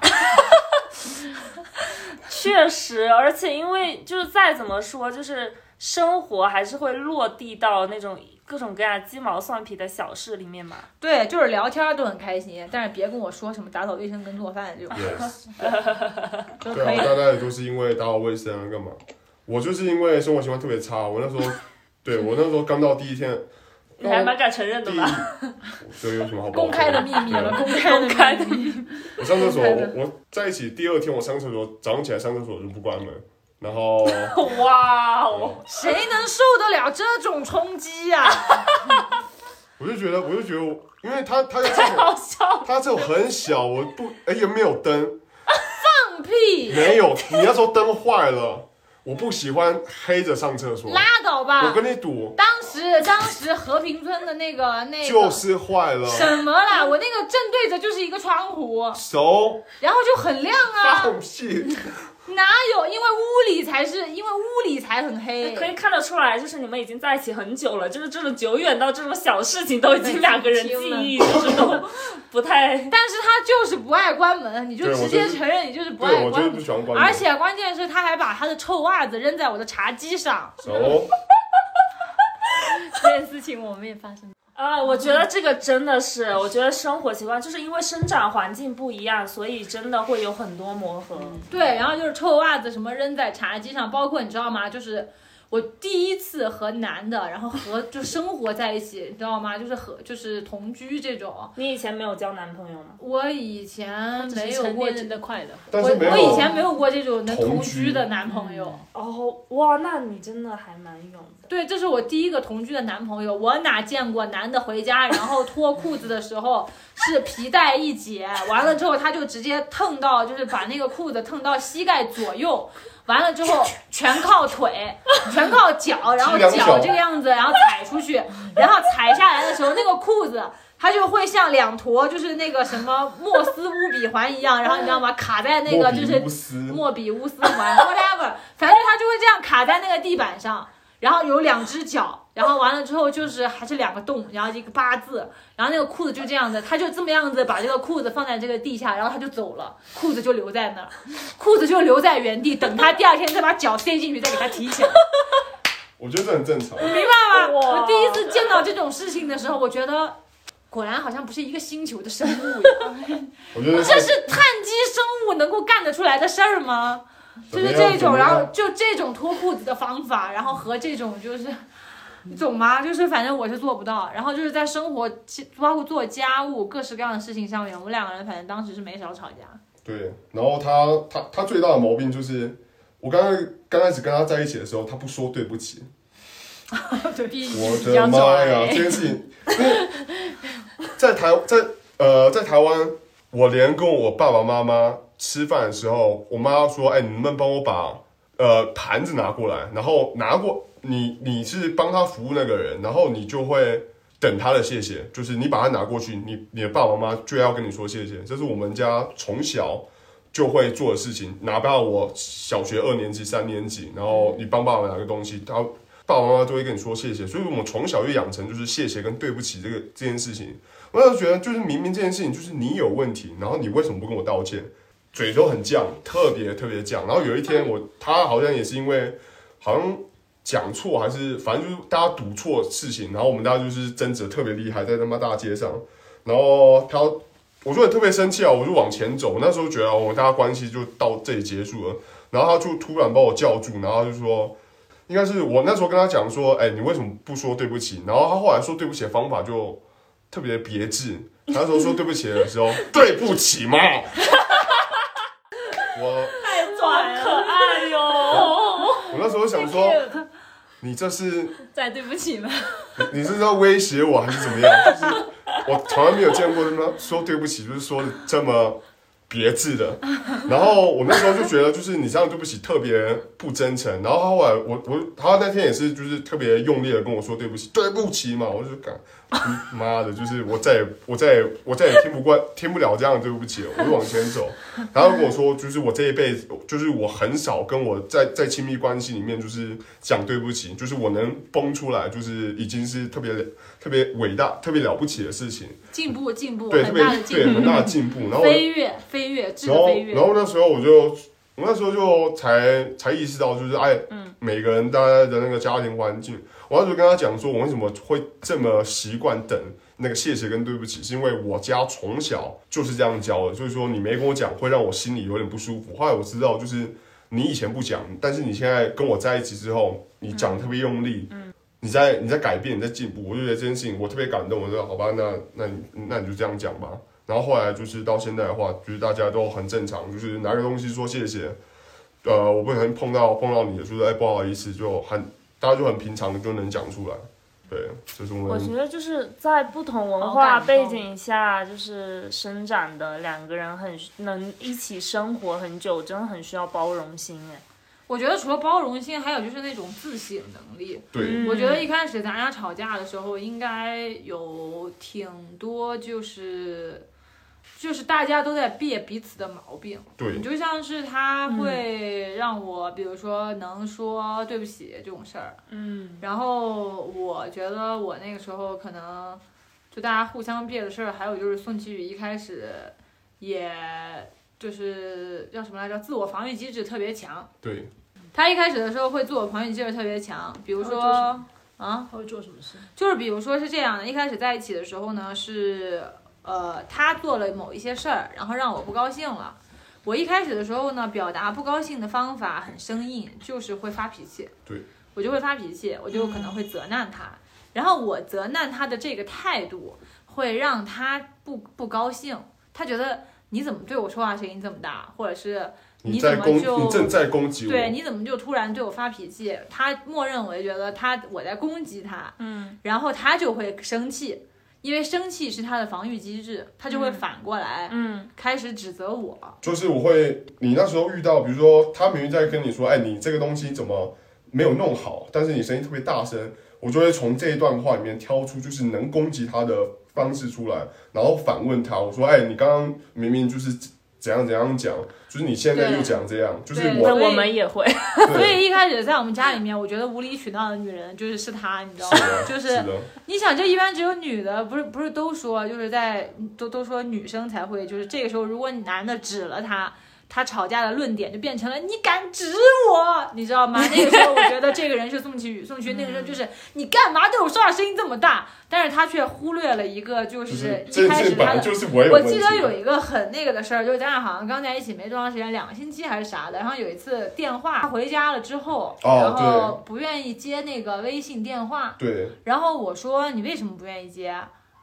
E: 确实，而且因为就是再怎么说，就是生活还是会落地到那种各种各样鸡毛蒜皮的小事里面嘛。
C: 对，就是聊天儿都很开心，但是别跟我说什么打扫卫生跟做饭这种，
D: yes,
C: 就
D: 对
C: 可以
D: 啊，。大家也都是因为打扫卫生啊，干嘛？我就是因为生活习惯特别差，我那时候，对我那时候刚到第
C: [LAUGHS]
D: 一天，
E: 你还蛮敢承认
D: 第
E: 的
D: 一 [LAUGHS]
E: 吧？，
D: 对，有什么好不好
C: 公开的秘密了，公开的
E: 公开的
C: 秘密。
D: 啊我上厕所，
C: 公开
D: 我我在一起第二天，我上厕所，早上起来上厕所就不关门，然后
E: [LAUGHS] 哇哦，
C: 谁能受得了这种冲击呀、
D: 我就觉得，我就觉得我，因为他他的厕所，
E: 好笑！
D: 他厕所很小，我不，哎，也没有灯，
C: 放屁，
D: 没有，你那时候灯坏了，我不喜欢黑着上厕所，
C: 拉倒
D: 我
C: 吧！
D: 跟你赌，
C: 当时当时和平村的那个那个、
D: 就是坏了，
C: 什么啦，我那个正对着就是一个窗户，
D: 手
C: 然后就很亮啊。[LAUGHS]
D: 放屁，
C: 哪有？因为屋里才是，因为屋里才很黑。
E: 可以看得出来，就是你们已经在一起很久了，就是这种久远到这种小事情都已经两个人记忆就是都不太。
C: 但是他就是不爱关门，你就
D: 对
C: 直
D: 我
C: 接
D: 就是
C: 承认你就是不
D: 对
C: 爱
D: 我就
C: 关
D: 是不
C: 门。
D: 喜欢关门，
C: 而且关键是，他还把他的臭袜子扔在我的茶几上。
D: 手
B: 这件事情我们也发生过，
E: 啊，我觉得这个真的是，我觉得生活习惯就是因为生长环境不一样，所以真的会有很多磨合。
C: 对，然后就是臭袜子什么扔在茶几上，包括你知道吗？就是我第一次和男的，然后和就生活在一起，你知道吗？就是和就是同居这种。
E: 你以前没有交男朋友吗？
C: 我以前
B: 只
C: 没
B: 是
C: 有
B: 成
C: 过
B: 年
C: 这
B: 人，的快乐。
D: 但
C: 我
D: 是没有，
C: 我以前没有过这种能
D: 同
C: 同居
D: 居
C: 的男朋友。
E: 哦，哇，那你真的还蛮勇的。
C: 对，这是我第一个同居的男朋友，我哪见过男的回家然后脱裤子的时候是皮带一解，完了之后他就直接腾到，就是把那个裤子腾到膝盖左右，完了之后全靠腿，全靠脚，然后
D: 踢两脚
C: 脚这个样子，然后踩出去，然后踩下来的时候那个裤子。它就会像两坨，就是那个什么莫斯乌比环一样，然后你知道吗？卡在那个
D: 莫
C: 就
D: 比
C: 是
D: 乌斯
C: 莫比乌斯环 whatever，反正它就会这样卡在那个地板上，然后有两只脚，然后完了之后就是还是两个洞，然后一个八字，然后那个裤子就这样子，他就这么样子把这个裤子放在这个地下，然后他就走了，裤子就留在那儿，裤子就留在原地，等他第二天再把脚塞进去再给他提起来。
D: 我觉得这很正常。
C: 明白吗？
E: 哇
C: 我第一次见到这种事情的时候，我觉得果然好像不是一个星球的生物呀。
D: 我觉得
C: 这是碳基生物能够干得出来的事儿吗？
D: 怎
C: 就
D: 么
C: 是
D: 样
C: 这
D: 怎
C: 种，
D: 么
C: 然
D: 样
C: 后就这种脱裤子的方法，然后和这种就是，你懂吗？就是反正我是做不到。然后就是在生活，其包括做家务各式各样的事情上面，我们两个人反正当时是没少吵架。
D: [LAUGHS] 对，然后他他他最大的毛病就是，我刚刚刚开始跟他在一起的时候，他不说对不起，我
B: 比
D: 的
B: 较
D: 妈呀，
C: 哎
D: 这
B: 拽，
C: [LAUGHS]
D: 件事情，因为在台在呃在台湾，我连跟我爸爸妈妈吃饭的时候，我妈说：“哎，你能不能帮我把呃盘子拿过来？”然后拿过你你是帮他服务那个人，然后你就会等他的谢谢，就是你把它拿过去，你你的爸爸妈妈就要跟你说谢谢，这是我们家从小。就会做的事情，哪怕我小学二年级、三年级，然后你帮爸爸拿个东西，他爸爸妈妈都会跟你说谢谢，所以我们从小就养成就是谢谢跟对不起这个这件事情。我就觉得就是明明这件事情就是你有问题，然后你为什么不跟我道歉？嘴都很犟，特别特别犟。然后有一天我他好像也是因为好像讲错还是反正就是大家读错事情，然后我们大家就是争执得特别厉害，在他妈大街上。然后他我就很特别生气啊，我就往前走，那时候觉得我们大家关系就到这里结束了。然后他就突然把我叫住，然后他就说。应该是我那时候跟他讲说，哎、你为什么不说对不起？然后他后来说对不起的方法就特别别致，他那时候说对不起的时候， [LAUGHS] 对不起嘛，我
E: 装可爱哟！
D: 我那时候想 [LAUGHS] 说，
C: [LAUGHS]
D: 你这是
B: 再对不起吧，
D: 你是在威胁我还是怎么样？就是我从来没有见过他妈说对不起，就是说的这么别致的。然后我那时候就觉得，就是你这样对不起特别不真诚。然后他后来我我他那天也是就是特别用力的跟我说对不起，对不起嘛，我就感嗯妈的，就是我再也我再也我再也听不惯听不了这样的对不起了，我就往前走。然后他跟我说，就是我这一辈子，就是我很少跟我在在亲密关系里面就是讲对不起，就是我能崩出来，就是已经是特别特别伟大、特别了不起的事情，
C: 进步，进步，
D: 对，特
C: 很
D: 别
C: 大的
D: 对
C: 进
D: 很
C: 步，
D: 大的进步。然后我
C: 飞跃，飞跃，质
D: 然
C: 的
D: 后
C: 飞跃
D: 然。后那时候我就，我那时候就才才意识到，就是哎，
C: 嗯
D: 每个人大家的那个家庭环境，我那时候跟他讲说，我为什么会这么习惯等那个谢谢跟对不起，是因为我家从小就是这样教的，所以说你没跟我讲，会让我心里有点不舒服。后来我知道，就是你以前不讲，但是你现在跟我在一起之后，你讲得特别用力，
C: 嗯
D: 你在你在改变，你在进步，我就觉得这件事情我特别感动。我说好吧，那那你那你就这样讲吧。然后后来就是到现在的话，就是大家都很正常，就是拿个东西说谢谢，呃，我不可能碰到碰到你，就是哎不好意思，就很大家就很平常的就能讲出来。对，这是我
E: 我
D: 们
E: 觉得就是在不同文
B: 好感
E: 化
B: 动
E: 背景下，就是生长的两个人很能一起生活很久，真的很需要包容心哎。
C: 我觉得除了包容心，还有就是那种自省能力。
D: 对
E: 嗯
C: 我
B: 嗯
C: 觉得一开始咱俩吵架的时候，应该有挺多就是。就是大家都在憋彼此的毛病，
D: 对
C: 你就像是他
B: 嗯
C: 会让我，比如说能说对不起这种事儿，
E: 嗯，
C: 然后我觉得我那个时候可能就大家互相憋的事儿，还有就是宋其宇一开始也就是叫什么来着，自我防御机制特别强，
D: 对，
C: 他一开始的时候会自我防御机制特别强，比如
B: 哦就是
C: 说啊，
B: 他会做什么事？
C: 就是比如说是这样的，一开始在一起的时候呢，是呃他做了某一些事儿，然后让我不高兴了。我一开始的时候呢，表达不高兴的方法很生硬，就是会发脾气。
D: 对，
C: 我就会发脾气，我就可能会责难他，然后我责难他的这个态度会让他不不高兴，他觉得你怎么对我说话声音这么大，或者是你
D: 在
C: 怎么
D: 攻，
C: 就
D: 你正在攻击我，
C: 对，你怎么就突然对我发脾气？他默认为觉得他我在攻击他，嗯，然后他就会生气，因为生气是他的防御机制，他就会反过来，嗯，开始指责我。
D: 就是我会，你那时候遇到，比如说他明明在跟你说，哎，你这个东西怎么没有弄好，但是你声音特别大声，我就会从这一段话里面挑出就是能攻击他的方式出来，然后反问他，我说，哎，你刚刚明明就是怎样怎样讲，就是你现在又讲这样，就是
C: 对
E: 那
D: 我
C: 所以
E: 我们也会，
C: 所以一开始在我们家里面，我觉得无理取闹的女人就是是她，你知道吗
D: 是？的，
C: 就是是
D: 的，
C: 你想，这一般只有女的，不是不是都说，就是在都都说女生才会，就是这个时候，如果男的指了她，她吵架的论点就变成了你敢指我，你知道吗？那个时候我觉得这个人是宋其宇，
D: [LAUGHS]
C: 宋其宇那个
D: 嗯
C: 时候就是你干嘛对我说话声音这么大，但是他却忽略了一个，就
D: 就是
C: 是一
D: 这
C: 开
D: 这
C: 始
D: 本
C: 他
D: 来
C: 的
D: 就是我有
C: 我
D: 问
C: 记
D: 题
C: 得有
D: 的，
C: 一个很那个的事儿，就是咱俩好像刚在一起没多长时间，两个星期还是啥的。然后有一次电话，他回家了之后，
D: 哦
C: 然后不愿意接那个微信电话，
D: 对，
C: 然后我说你为什么不愿意接？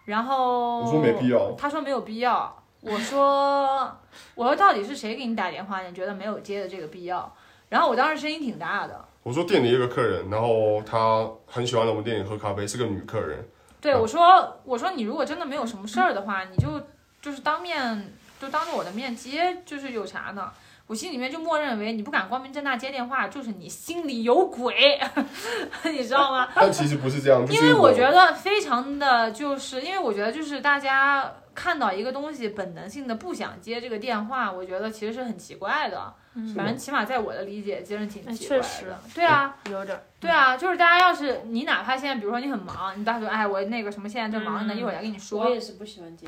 C: 然后
D: 我说没必要，
C: 他说没有必要。我说，我说到底是谁给你打电话？你觉得没有接的这个必要？然后我当时声音挺大的，
D: 我说店里有个客人，然后他很喜欢来我们店里喝咖啡，是个女客人，
C: 对
D: 嗯
C: 我说，我说你如果真的没有什么事儿的话，你就就是当面就当着我的面接，就是有啥呢？我心里面就默认为你不敢光明正大接电话，就是你心里有鬼， [LAUGHS] 你知道吗？
D: 但其实不是这样，就
C: 因
D: 是
C: 为我觉得非常的就是，因为我觉得就是大家看到一个东西本能性的不想接这个电话，我觉得其实是很奇怪的。
E: 嗯
C: 反正起码在我的理解，其实挺
E: 哎
C: 奇怪
E: 确
C: 的。
E: 实
C: 对啊，
E: 有点儿。
C: 对啊，就是大家要是你哪怕现在，比如说你很忙，你到时候哎，我那个什么现在正忙着呢，
E: 嗯
C: 一会儿再跟你
B: 我
C: 说
B: 也是不喜欢接。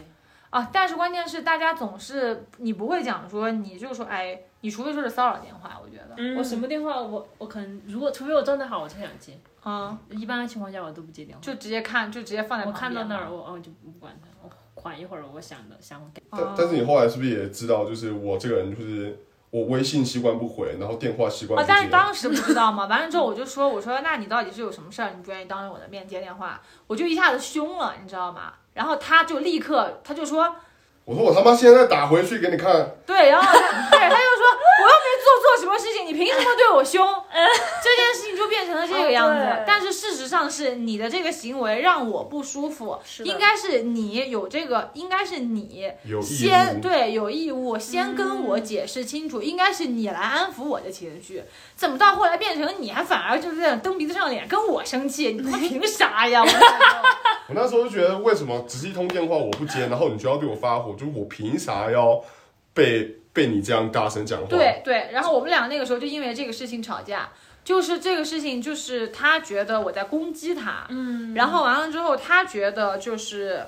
C: 啊。但是关键是大家总是你不会讲说，你就说哎，你除非说是骚扰电话，我觉得，
E: 嗯
B: 我什么电话我我可能如果除非我状态好我才想接，
C: 嗯，
B: 一般情况下我都不接电话。
C: 就直接看，就直接放在
B: 我
C: 旁
B: 看
C: 边
B: 到那
C: 嘛
B: 儿，我哦就不管它，我缓一会儿，我想的想改。
D: 但但是你后来是不是也知道，就是我这个人就是我微信习惯不回，然后电话习惯
C: 啊
D: 不，接，
C: 但是当时不知道嘛，完了之后我就说，我说那你到底是有什么事儿，你不愿意当着我的面接电话？我就一下子凶了，你知道吗？然后他就立刻他就说，
D: 我说我他妈现在打回去给你看，
C: 对，然后他对他就说，我又没做错什么事情，你凭什么对我凶？这件事情就变成了这个样
E: 哦
C: 子
E: 对。
C: 但是事实上是你的这个行为让我不舒服，
E: 是的
C: 应该是你有这个，应该是你
D: 有义
C: 先
D: 务，
C: 对有义务先跟我解释清楚，应该是你来安抚我的情绪，怎么到后来变成你还反而就是在蹬鼻子上脸跟我生气，你他妈凭啥呀？我就
D: 我那时候就觉得为什么只是一通电话我不接，然后你就要对我发火，就是我凭啥要被被你这样大声讲话？，
C: 对对，然后我们俩那个时候就因为这个事情吵架，就是这个事情，就是他觉得我在攻击他，嗯，然后完了之后，他觉得就是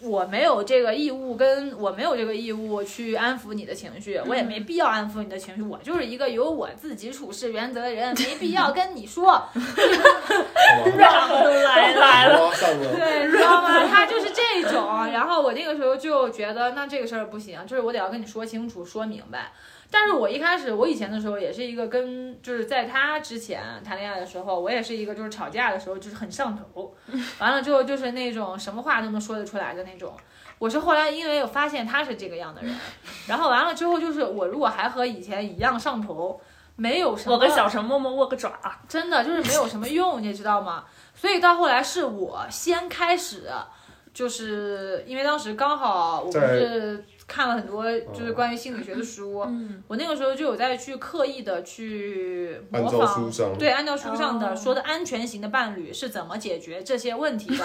C: 我没有这个义务，跟我没有这个义务去安抚你的情绪，我也没必要安抚你的情绪，我就是一个有我自己处事原则的人，没必要跟你说，
D: 好
E: [LAUGHS]
D: 吧，
E: 都来来了，
D: 花上了。
C: 对，知道吗？他就是这种。然后我那个时候就觉得，那这个事儿不行，就是我得要跟你说清楚、说明白。但是我一开始，我以前的时候也是一个跟，就是在他之前谈恋爱的时候，我也是一个就是吵架的时候就是很
E: [LAUGHS]
C: 上头，完了之后就是那种什么话都能说得出来的那种。我是后来因为我发现他是这个样的人，然后完了之后就是我如果还和以前一样上头，没有什么
E: 我跟小陈默默握个爪儿，
C: 真的就是没有什么用，你知道
D: [LAUGHS]
C: 吗？所以到后来是我先开始，就是因为当时刚好我不是看了很多
D: 嗯
C: 就是关于心理学的书，
E: 嗯，
C: 我那个时候就有在去刻意的去
D: 按
C: 模
D: 照书
C: 仿。
D: 上，
C: 对，按照书上的
E: 哦
C: 说的安全型的伴侣是怎么解决这些问题的，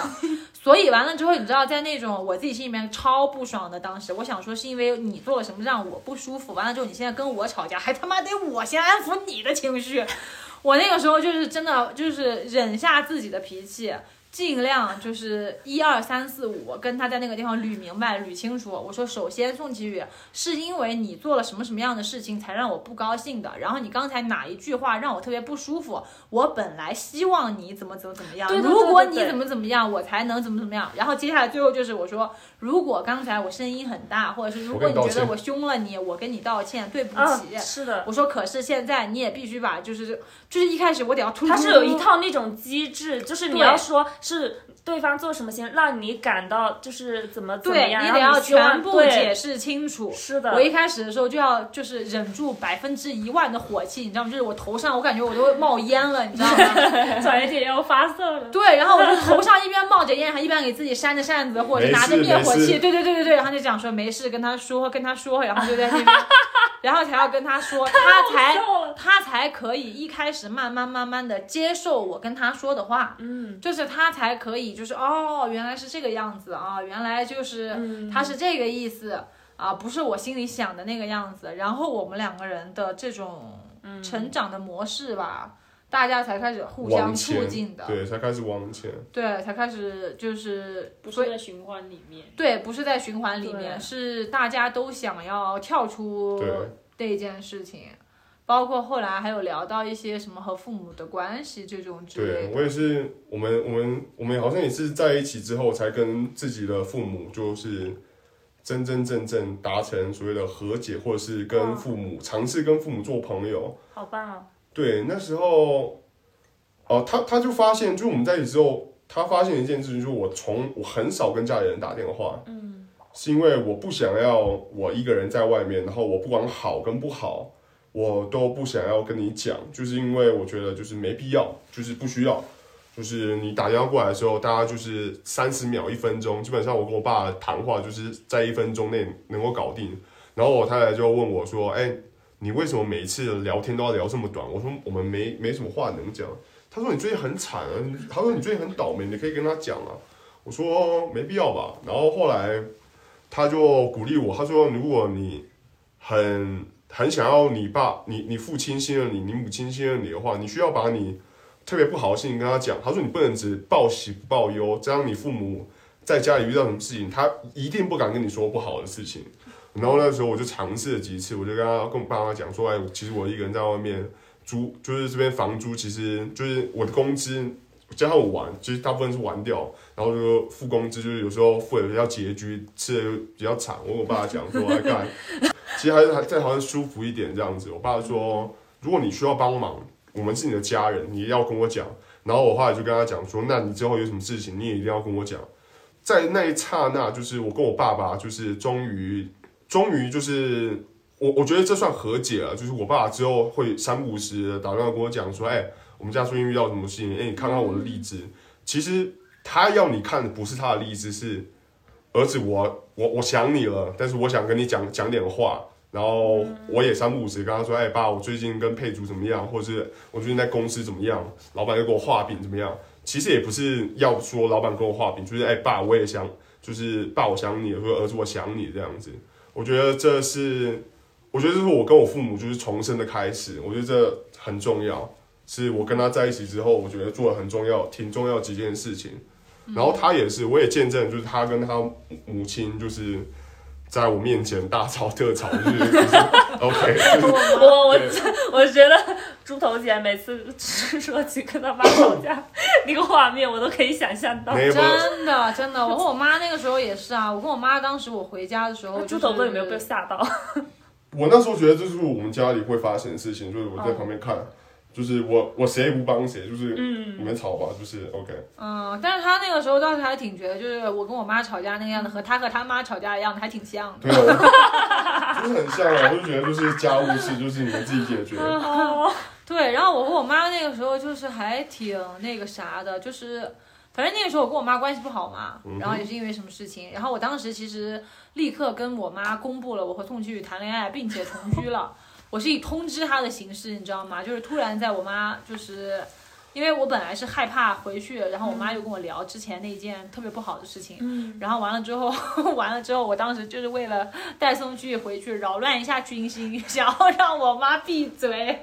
C: 所以完了之后，你知道，在那种我自己心里面超不爽的，当时我想说是因为你做了什么让我不舒服，完了之后你现在跟我吵架，还他妈得我先安抚你的情绪，我那个时候就是真的就是忍下自己的脾气，尽量就是一二三四五跟他在那个地方捋明白、捋清楚。我说，首先宋其宇是因为你做了什么什么样的事情才让我不高兴的，然后你刚才哪一句话让我特别不舒服，我本来希望你怎么怎么怎么样，
E: 对对
C: 如果
E: 对
C: 你
E: 对
C: 怎么怎么样，我才能怎么怎么样。然后接下来最后就是我说，如果刚才我声音很大，或者是如
D: 我
C: 果
D: 跟
C: 你
D: 你道
C: 觉得
D: 歉
C: 我凶了你，我跟你道歉，对不起。
E: 嗯，是的，
C: 我说，可是现在你也必须把，就是就是一开始我得要突出，
E: 它是有一套那种机制，就是你
C: 对
E: 要说是对方做什么行，让你感到就是怎么怎么
C: 对
E: 样，
C: 你
E: 然
C: 得
E: 后
C: 要
E: 希望
C: 全部
E: 对
C: 解释清楚。
E: 是的，
C: 我一开始的时候就要就是忍住百分之一万的火气，你知道吗？就是我头上我感觉我都会冒烟了，你知道吗？ [LAUGHS]
E: 转一点要发色了。
C: 对，然后我就头上一边冒着烟，还一边给自己扇着扇子，或者
D: 没
C: 拿着
D: 事
C: 灭火
D: 没
C: 器，
D: 事
C: 对对对对对，然后就讲说没事，跟他说跟他说，然后就 [LAUGHS] 在那边，然后才要跟他说，他才
E: 笑了
C: 他才可以一开始慢慢慢慢的接受我跟他说的话，
E: 嗯，
C: 就是他才可以，就是哦，原来是这个样子啊，原来就是他是这个意思。啊、不是我心里想的那个样子。然后我们两个人的这种成长的模式吧，大家才开始互相
D: 往
C: 促
D: 前
C: 进的，
D: 对，才开始往前。
C: 对，才开始就是
B: 不
C: 所以
B: 是在循环里面。
C: 对，不是在循环里面，
B: 对
C: 是大家都想要跳出
D: 对
C: 这件事情，包括后来还有聊到一些什么和父母的关系这种之
D: 对
C: 类的。
D: 我也是，我们我们我们好像也是在一起之后，才跟自己的父母就是真真正正达成所谓的和解，或者是跟
E: 嗯
D: 父母尝试跟父母做朋友。
E: 好棒哦！
D: 对，那时候，哦、他他就发现，就我们在一起之后，他发现一件事情，就是我从我很少跟家里人打电话，嗯，是因为我不想要我一个人在外面，然后我不管好跟不好，我都不想要跟你讲，就是因为我觉得就是没必要，就是不需要。就是你打电话过来的时候，大家就是三十秒、一分钟，基本上我跟我爸谈话就是在一分钟内能够搞定。然后我太太就问我说：“哎、你为什么每一次聊天都要聊这么短？我说我们没没什么话能讲。他说你最近很惨啊，他说你最近很倒霉，你可以跟他讲啊。我说没必要吧。然后后来他就鼓励我，他说如果你很很想要你爸、你你父亲信任你，你母亲信任你的话，你需要把你特别不好的事情跟他讲。他说你不能只报喜不报忧，这样你父母在家里遇到什么事情，他一定不敢跟你说不好的事情。然后那时候我就尝试了几次，我就跟他跟我爸妈讲说，哎，其实我一个人在外面租，就是这边房租，其实就是我的工资加上我玩，其实大部分是玩掉，然后就付工资，就是有时候付的比较拮据，吃的比较惨。我跟我爸讲说，哎干，其实还是还在好像舒服一点这样子。我爸说，如果你需要帮忙，我们是你的家人，你要跟我讲。然后我后来就跟他讲说，那你之后有什么事情，你也一定要跟我讲。在那一刹那，就是我跟我爸爸，就是终于终于就是我，我觉得这算和解了。就是我爸之后会三不五时地打电话跟我讲说，哎、我们家最近遇到什么事情，哎、你看看我的例子。其实他要你看的不是他的例子，是儿子我我我想你了，但是我想跟你讲讲点话。然后我也三不五时跟他说，哎、爸，我最近跟配主怎么样，或者是我最近在公司怎么样，老板又给我画饼怎么样。其实也不是要说老板给我画饼，就是哎、爸，我也想，就是爸，我想你了，或者儿子我想你这样子。我觉得这是，我觉得这是我跟我父母就是重生的开始，我觉得这很重要，是我跟他在一起之后，我觉得做了很重要、挺重要几件事情。
C: 嗯
D: 然后他也是，我也见证，就是他跟他母母亲就是在我面前大吵特吵，就是 [LAUGHS] 就是 OK，就是
C: [LAUGHS]
E: 我我 [LAUGHS] 我觉得猪头姐每次说起跟她妈吵架 [LAUGHS] 那个画面，我都可以想象到。
D: neighbor
C: 真的，真的，我和我妈那个时候也是啊。我跟我妈当时我回家的时候、就是，
E: 猪头哥有没有被吓到？
D: 我那时候觉得这是我们家里会发生的事情，就是
C: 哦
D: 我在旁边看，就是我我谁也不帮谁，就是你们吵吧，就是 OK。
C: 嗯，但是她那个时候倒是还挺觉得，就是我跟我妈吵架那个
E: 嗯
C: 样子，和她和她妈吵架的样子还挺像的。
D: 对，啊我 [LAUGHS] 就是很像啊，我就觉得就是家务事就是你们自己
C: [LAUGHS]
D: 解决，
E: 哦
C: 对，然后我和我妈那个时候就是还挺那个啥的，就是反正那个时候我跟我妈关系不好嘛，然后也是因为什么事情，然后我当时其实立刻跟我妈公布了我和宋其宇谈恋爱，并且同居了。我是以通知她的形式，你知道吗？就是突然在我妈就是。因为我本来是害怕回去，然后我妈就跟我聊之前那件特别不好的事情，然后完了之后， [LAUGHS] 完了之后，我当时就是为了带宋居回去扰乱一下军心， [LAUGHS] 想要让我妈闭嘴，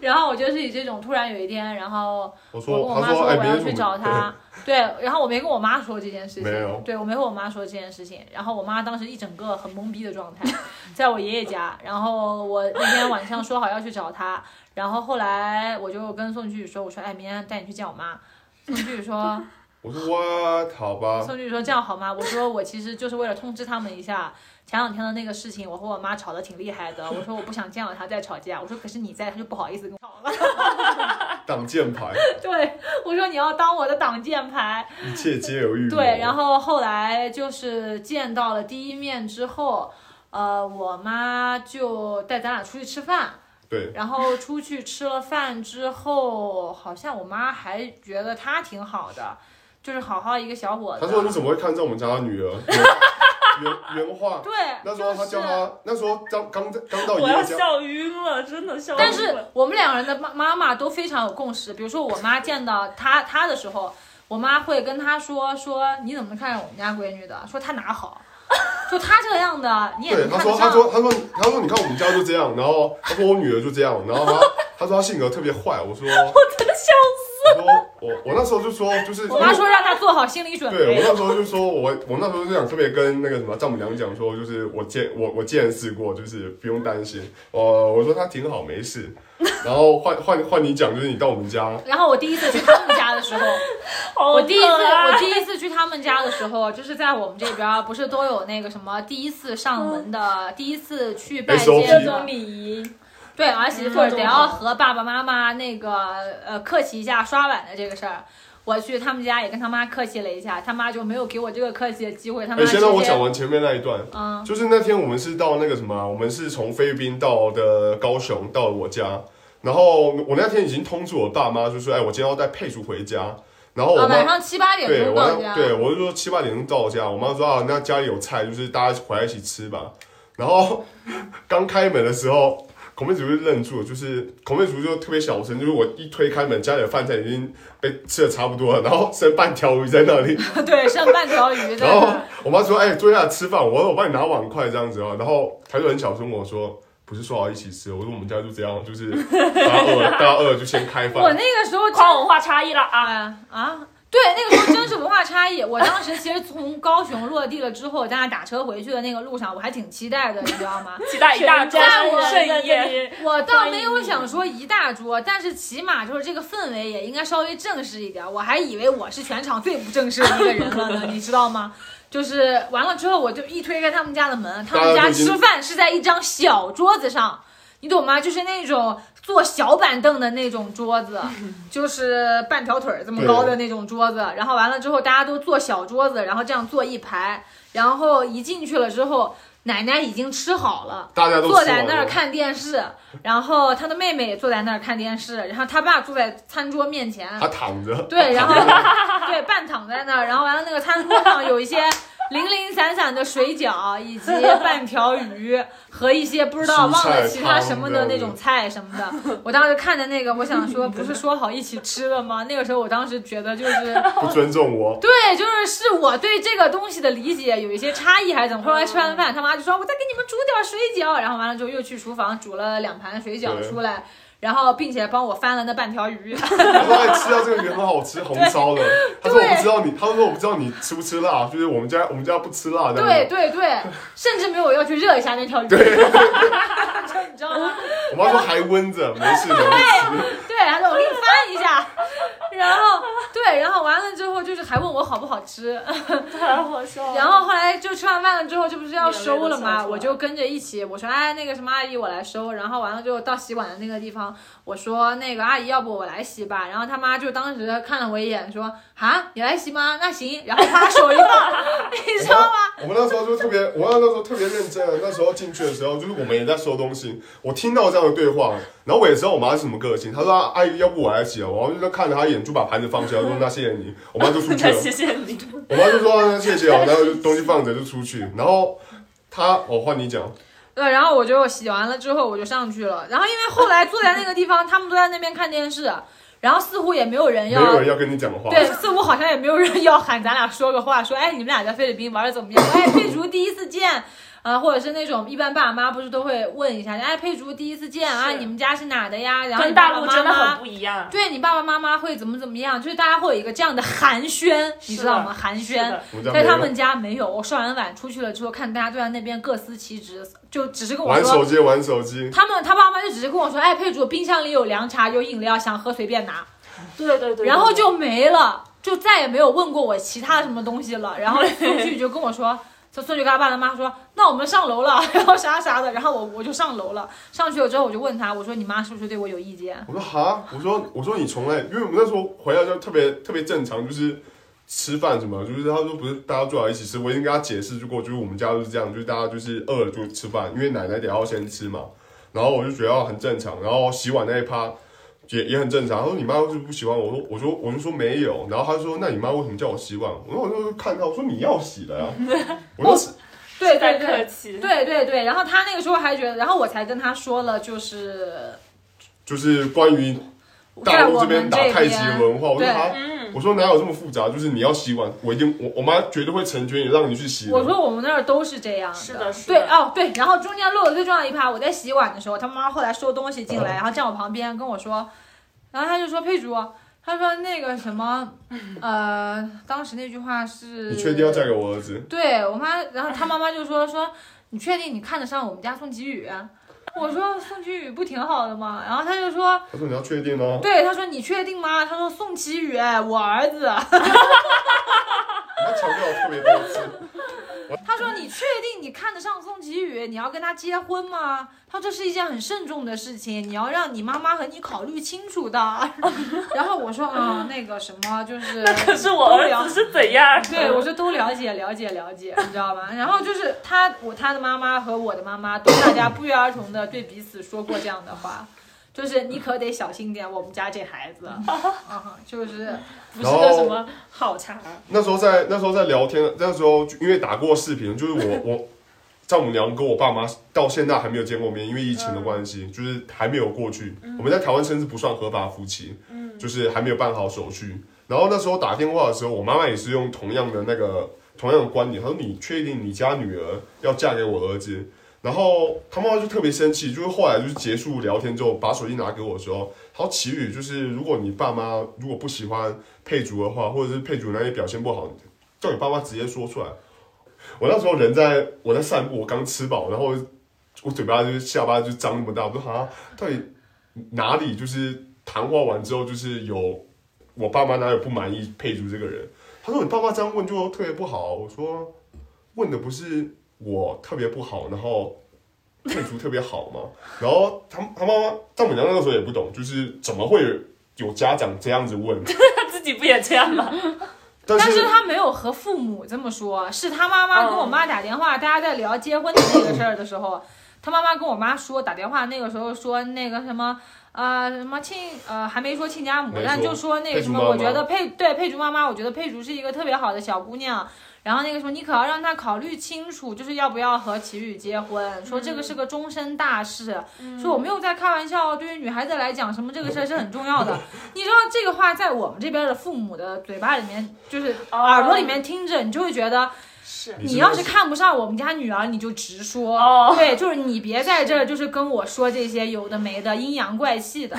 C: 然后我就是以这种突然有一天，然后我
D: 我说，
C: 跟我
D: 他
C: 妈说
D: 说，哎，
C: 我
D: 别
C: 要
D: 人
C: 去找
D: [LAUGHS]
C: 他，对，然后我没跟我妈说这件事情，
D: 没有
C: 对我没和我妈说这件事情，然后我妈当时一整个很懵逼的状态， [LAUGHS] 在我爷爷家，然后我那天晚上说好要去找他，然后后来我就跟宋居说，我说哎，明天带你去见我妈，宋居说。
D: 我说我好
C: [LAUGHS]
D: 吧，
C: 宋俊说这样好吗？我说我其实就是为了通知他们一下，前两天的那个事情，我和我妈吵得挺厉害的。我说我不想见到她再吵架。我说可是你在，她就不好意思跟我吵了。 [LAUGHS]
D: 挡箭牌，
C: 对，我说你要当我的挡箭牌。
D: 一切皆有预谋。
C: 对，然后后来就是见到了第一面之后，呃，我妈就带咱俩出去吃饭。
D: 对，
C: 然后出去吃了饭之后，好像我妈还觉得他挺好的，就是好好一个小伙子。
D: 他说你怎么会看中我们家的女儿？ [LAUGHS] 原原原话，
C: 对，
D: 那时候他
C: 就
D: 叫
C: 是
D: 他，那时候刚刚刚到
E: [LAUGHS] 我
D: 爷
E: 要
D: 爷家，
E: 笑晕了，真的笑晕了。
C: [LAUGHS] 但是我们两个人的妈妈妈都非常有共识。比如说我妈见到她她的时候，我妈会跟她说说你怎么能看上我们家闺女的？说她哪好？就他这样的，你也
D: 对，
C: 能看
D: 他说，
C: 得
D: 他
C: 上。
D: 说，他说，他说，你看我们家就这样，然后他说我女儿就这样，然后他他说他性格特别
C: [LAUGHS]
D: 坏，我说我
E: 真的笑
D: 说我我那时候就说就是，
C: 我妈说让他做好心 [LAUGHS] 理准
D: 对我
C: 备。
D: 那时候就说我我那时候就想特别跟那个什么丈母娘讲说，就是我见我我见识过，就是不用担心，呃，我说他挺好，没事，
C: [LAUGHS]
D: 然后换换换你讲，就是你到我们家，
C: 然后我第一次去他们家的时
E: [LAUGHS]
C: 候，
E: 死，好
C: 我第一次
E: 可爱
C: 我第一次去他们家的时候，就是在我们这边儿不是都有那个什么第一次上门的，第一次去拜
D: 手
C: 见
B: 各
D: 机
B: 种
C: 的，
B: 礼仪，
C: 对儿媳妇
B: 各
C: 儿
B: 种
C: 得要和爸爸妈妈那个呃客气一下刷碗的这个事儿。我去他们家也跟他妈客气了一下，他妈就没有给我这个客气的机会，他
D: 哎、
C: 妈直
D: 先
C: 接啊
D: 让我讲完前面那一段，
C: 嗯
D: 就是那天我们是到那个什么啊，我们是从菲律宾到的高雄，到我家，然后我那天已经通知我爸妈，就说，哎，我今天要带佩竹回家，然后我
C: 啊
D: 妈
C: 晚上七八点
D: 对，
C: 钟到
D: 我
C: 家
D: 那，
C: [LAUGHS]
D: 对我就说七八点钟到家，我妈说啊，那家里有菜，就是大家回来一起吃吧。然后 [LAUGHS] 刚开门的时候，孔妹主就愣住了，就是孔妹主就特别小声，就是我一推开门，家里的饭菜已经被吃的差不多了，然后剩半条鱼在那里。
C: 对，剩半条鱼在
D: 然后
C: 那儿。
D: 我妈说，哎、坐下来吃饭，我说我帮你拿碗筷这样子哦。然后她就很小声跟我说。不是说好一起吃，我说我们家就这样，就是大家饿了，大家饿了就先开
C: [LAUGHS] 我
D: 饭。
C: 那个时候真
E: 跨文化差异了啊！
C: 啊啊！对，那个时候真是文化差异。我当时其实从高雄落地了之后，在那打车回去的那个路上，我还挺期待的，你知道吗？
E: 期待一大桌
C: 全家人
B: 在
E: 盛
B: 这
E: 宴，
B: 里
C: 我倒没有想说一大桌，但是起码就是这个氛围也应该稍微正式一点。我还以为我是全场最不正式的一个人了呢，你知道吗？就是完了之后，我就一推开他们家的门，他们
D: 大家
C: 家
D: 都已经
C: 吃饭是在一张小桌子上，你懂吗？就是那种坐小板凳的那种桌子，就是半条腿儿这么高的那种桌子。然后完了之后，大家都坐小桌子，然后这样坐一排。然后一进去了之后，奶奶已经吃好了。
D: 大家都
C: 坐
D: 吃完
C: 在那儿
D: 了
C: 看电视，然后他的妹妹也坐在那儿看电视，然后他爸坐在餐桌面前，
D: 她躺着，
C: 对，然后对半躺在那儿，然后完了那个餐桌上有一些零零散散的水饺，以及半条鱼和一些不知道忘了其他什么的那种菜什么的。我当时看着那个，我想说，不是说好一起吃了吗？那个时候我当时觉得就是。
D: 不尊重我。
C: 对，就是是我对这个东西的理解有一些差异还是怎么？后来吃完饭，他妈就说我再给你们煮点水饺，然后完了之后又去厨房煮了两盘水饺
D: 对
C: 出来，然后并且帮我翻了那半条鱼。
D: 他说：“哎，吃到这个鱼很好吃，红烧的。”他说：“我不知道你，他说我不知道你吃不吃辣，就是我们家我们家不吃辣这
C: 对
D: 样。
C: 对对，甚至没有要去热一下那 [LAUGHS] 条鱼，你知道吗？”
D: 我妈说：“还温着，没事的。
C: [LAUGHS]
D: 没事
C: 对，他说我给你翻一下，然后对，然后完了之后就是还问我好不好吃，
E: 太好笑了。[LAUGHS]
C: 然后后来就吃完饭了之后，这不是要收了
E: 眼泪都笑出
C: 吗？
E: 来
C: 我就跟着一起，我说哎，那个什么阿姨我来收，然后完了就到洗碗的那个地方，我说那个阿姨要不我来洗吧，然后他妈就当时看了我一眼说啊你来洗吗？那行，然后把手一放， [LAUGHS] 你知道吗？
D: 我们那时候就特别，我那时候特别认真啊。那时候进去的时候，就是我们也在收东西，我听到这样的对话，然后我也知道我妈是什么个性。她说：“阿姨，要不我来洗啊？”我妈就看着她眼珠把盘子放下，我说：“那谢谢你。”我妈就
C: [LAUGHS]
D: 出去
E: 那
D: 了。
E: 谢谢你，
D: 我妈就说：“啊谢谢哦。”然后就东西放着就出去，然后。她，我、换你讲，
C: 对，然后我就洗完了之后我就上去了，然后因为后来坐在那个地方，他们都在那边看电视，然后似乎也没有人
D: 没
C: 要
D: 有人要跟你讲话。
C: 对，似乎好像也没有人要喊咱俩说个话，说哎，你们俩在菲律宾玩的怎么样？哎，
E: [LAUGHS]
C: 佩竹第一次见，啊、或者是那种一般爸妈不是都会问一下，哎，佩竹第一次见啊，
E: 是
C: 你们家是哪的呀？然后
E: 跟
C: 你
E: 大
C: 爸
E: 陆
C: 爸
E: 真
C: 妈
E: 的很
C: 妈。
E: 不一样。
C: 对你爸爸妈妈会怎么怎么样，就是大家会有一个这样的寒暄，你知道吗？寒
E: 是
C: 暄，
E: 的，
D: 我们家没
C: 在
D: 有
C: 他们家没有。我刷完碗出去了之后，看大家都在那边各司其职，就只是跟我
D: 玩
C: 说
D: 手，机，玩手机。
C: 他们他爸妈就只是跟我说，哎，佩竹冰箱里有凉茶，有饮料，想喝随便拿。
E: 对对对。
C: 然后就没了，就再也没有问过我其他什么东西了。
E: [LAUGHS]
C: 然后孙旭就跟我说，就孙旭跟他爸他妈说，那我们上楼了，然后啥啥的，然后我我就上楼了。上去了之后，我就问他，我说你妈是不是对我有意见？
D: 我说哈，我说我说你从来，因为我们那时候回来就特别特别正常，就是吃饭什么，就是他说不是大家坐在一起吃，我已经跟他解释过，就是我们家就是这样，就是大家就是饿了就吃饭，因为奶奶得要先吃嘛。然后我就觉得很正常，然后洗碗那一趴也也很正常。他说你妈就是不喜欢我，说我说我就说没有，然后他说那你妈为什么叫我洗碗？我说我就看到我说你要洗了呀，我说
C: 对
E: 太
C: 对
E: 客
C: 对
E: 气。
C: 对对对。然后他那个时候还觉得，然后我才跟他说了，就是
D: 就是关于大
C: 在
D: 陆
C: 我
D: 这边
C: 们
D: 打
C: 这
D: 太极
C: 边。
D: 文化，我说
C: 对
D: 哈。
E: 嗯，
D: 我说哪有这么复杂？就是你要洗碗，我一定我我妈绝对会成全你，让你去洗的。
C: 我说我们那儿都是这样
E: 是的是的
C: 对哦对，然后中间漏了最重要的一趴，我在洗碗的时候，他妈后来收东西
D: 嗯
C: 进来，然后站我旁边跟我说，然后他就说佩竹，他说那个什
E: [LAUGHS]
C: 么，呃，当时那句话是
D: 你确定要嫁给我儿子？
C: 对我妈，然后她妈妈就说说你确定你看得上我们家宋吉宇？我说宋吉宇不挺好的吗？然后她就说
D: 她说你要确定哦、 [LAUGHS]
C: 对，她说你确定吗？她说宋吉宇，我儿子。
D: 她强调了特别多次。
C: 她说你确定你看得上宋吉宇，你要跟他结婚吗？她说这是一件很慎重的事情，你要让你妈妈和你考虑清楚的。 [LAUGHS] 然后我说啊、那个什么就是
E: 那 [LAUGHS] 可是我儿子是怎样？
C: 对，我就都了解了解了解，你知道吗？然后就是他，我他的妈妈和我的妈妈都大家不约而同的对彼此说过这样的话，就是你可得小心点，我们家这孩子，啊，就是
B: 不是个什么好茶，
D: 那时候在那时候在聊天，那时候就因为打过视频，就是我我丈母娘跟我爸妈到现在还没有见过面，因为疫情的关系，就是还没有过去。我们在台湾甚至不算合法夫妻，就是还没有办好手续。然后那时候打电话的时候，我妈妈也是用同样的那个同样的观点，她说你确定你家女儿要嫁给我儿子？然后她妈妈就特别生气，就是后来就是结束聊天之后，把手机拿给我的时候，她说祈雨就是如果你爸妈如果不喜欢配主的话，或者是配主那里表现不好，叫你爸妈直接说出来。我那时候人在我在散步，我刚吃饱，然后我嘴巴就是下巴就张那么大，我说啊，到底哪里就是谈话完之后就是有我爸妈哪有不满意佩竹这个人？他说你爸妈这样问就特别不好。我说问的不是我特别不好，然后佩竹特别好吗？然后他他妈妈丈母娘那个时候也不懂，就是怎么会有家长这样子问？
E: 他自己不也这样吗？
D: 但
C: 但
D: 是
C: 是他没有和父母这么说，是他妈妈跟我妈打电话，大家在聊结婚的那个事儿的时
D: [LAUGHS]
C: 候，他妈妈跟我妈说打电话那个时候说那个什么。呃，什么亲呃，还没说亲家母
D: 没，
C: 但
D: 说
C: 就说那个
D: 佩
C: 什
D: 竹
C: 么，
D: 妈
C: 我
D: 妈
C: 觉得佩对佩竹妈妈，我觉得佩竹是一个特别好的小姑娘。然后那个什么，你可要让她考虑清楚，就是要不要和齐宇结婚，说这个是个终身大事，说我
E: 嗯
C: 没有在开玩笑哦。对于女孩子来讲，什么这个事儿是很
E: [LAUGHS]
C: 重要的。你知道这个话在我们这边的父母的嘴巴里面，就是
E: 哦
C: 耳朵里面听着，你就会觉得，
E: 是
D: 你
C: 你要是看不上我们家女儿，你就直说。
E: 哦
C: 对，就是你别在这儿，就是跟我说这些有的没的，阴阳怪
E: [LAUGHS]
C: 气的，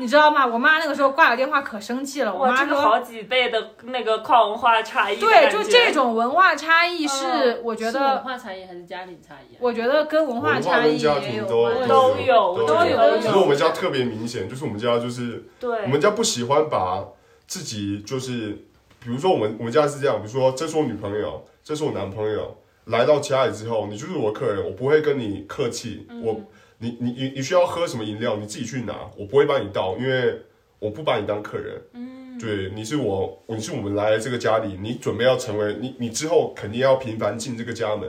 C: 你知道吗？我妈那个时候挂了电话可生气了，我
E: 哇，
C: 妈
E: 这个
C: 说。
E: 好几倍的那个跨文化差异的
C: 对，
E: 感觉。
C: 就这种文化差异是
E: 嗯，
C: 我觉
B: 是
C: 得
B: 文，化差异还是家庭差异啊？
C: 我觉得跟文化
D: 文化
C: 差异
D: 跟家
C: 也
D: 庭
C: 有
D: 都
C: 关系。
E: 都有
D: 有
C: 都有
D: 只是我们家特别明显，就是我们家就是
E: 对，
D: 我们家不喜欢把自己就是，比如说我们我们家是这样，比如说这是我女朋友，这是我男朋友，来到家里之后，你就是我客人，我不会跟你客气，我你你你你需要喝什么饮料，你自己去拿，我不会帮你倒，因为我不把你当客人。嗯，对，你是我，你是我们来这个家里，你准备要成为你你之后肯定要频繁进这个家门。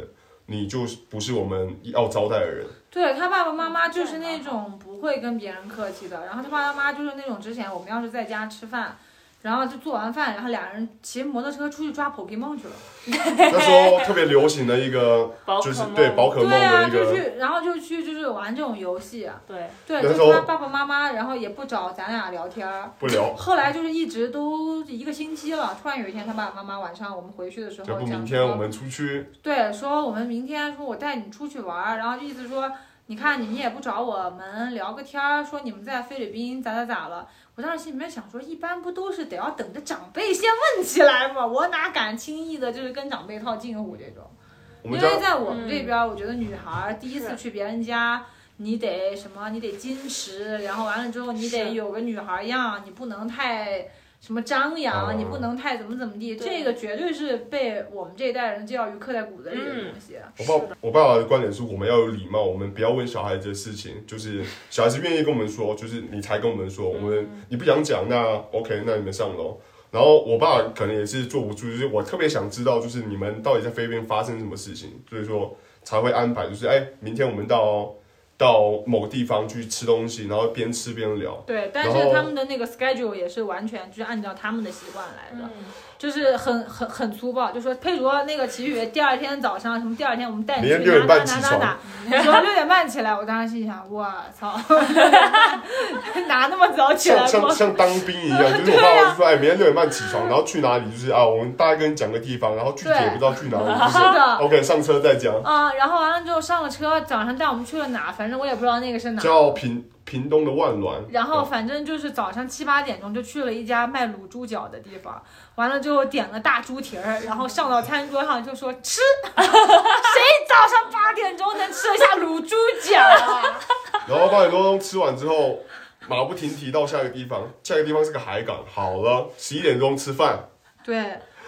D: 你就不是我们要招待的人，
C: 对他爸爸妈妈就是那种不会跟别人客气的，然后他爸爸妈妈就是那种之前我们要是在家吃饭，然后就做完饭，然后俩人骑摩托车出去抓 Pokemon 去了。
D: 那时候特别流行的一个
E: 宝可
D: 就是
E: 梦
D: 对宝可梦
C: 对啊，
D: 的一
C: 就
D: 个
C: 去，然后就去就是玩这种游戏。
E: 对
C: 对，
D: 那
C: 就
D: 时候
C: 是他爸爸妈妈，然后也不找咱俩聊天儿。
D: 不聊，
C: 后来就是一直都一个星期了，突然有一天他爸爸妈妈晚上我们回去的时候
D: 要
C: 讲
D: 不
C: 说，
D: 明天我们出去，
C: 对，说我们明天说我带你出去玩儿，然后意思说，你看你们也不找我们聊个天儿，说你们在菲律宾咋咋咋了。我当时心里面想说，一般不都是得要等着长辈先问起来吗？我哪敢轻易的就是跟长辈套近乎这种，
D: 我
C: 因
D: 们
C: 为
D: 家
C: 在我们这边儿，我觉得女孩儿第一次
E: 嗯是
C: 去别人家。你得什么？你得矜持，然后完了之后，你得
E: 是
C: 有个女孩儿样，你不能太什么张扬，你
D: 哦
C: 不能太怎么怎么地。
E: 对
C: 这个绝对是被我们这一代人教育刻在骨子里的
E: 嗯
C: 东西。
D: 我爸我爸爸的观点是，我们要有礼貌，我们不要问小孩子的事情，就是小孩子愿意跟我们说，就是你才跟我们说，我们
C: 嗯
D: 你不想讲，那 OK，那你们上楼。然后我爸可能也是坐不住，就是我特别想知道，就是你们到底在菲律宾发生什么事情，所以说才会安排，就是哎，明天我们到到某地方去吃东西，然后边吃边聊。
C: 对，但
D: 然后
C: 嗯是他们的那个 schedule 也是完全就是按照他们的习惯来的。就是很很很粗暴，就说佩卓那个齐宇第二天早上什么，第二天我们带你
D: 明天
C: 去
D: 6
C: 哪
D: 点半
C: 哪哪
D: 起
C: 哪哪，你说六点半起来，我当时心想，我操， [LAUGHS] 哪那么早起来啊
D: 像
C: 过
D: 像？像当兵一样，
C: [LAUGHS]
D: 就是我爸爸就说，哎，明天六点半起床，然后去哪里？就是啊，我们大概跟你讲个地方，然后具体
C: 对
D: 也不知道去哪 [LAUGHS] 里，就是
C: 是的，
D: OK，上车再讲。
C: 啊，然后完了之后上了车，早上带我们去了哪，反正我也不知道那个是哪。
D: 叫屏屏东的万峦，
C: 然后反正就是早上七八点钟就去了一家卖卤猪脚的地方，完了之后点了大猪蹄儿，然后上到餐桌上就说
D: [LAUGHS]
C: 吃，谁早上八点钟能吃得下卤猪脚啊？
D: 然后八点多钟吃完之后，马不停蹄到下一个地方，下一个地方是个海港。好了，十一点钟吃饭，
C: 对，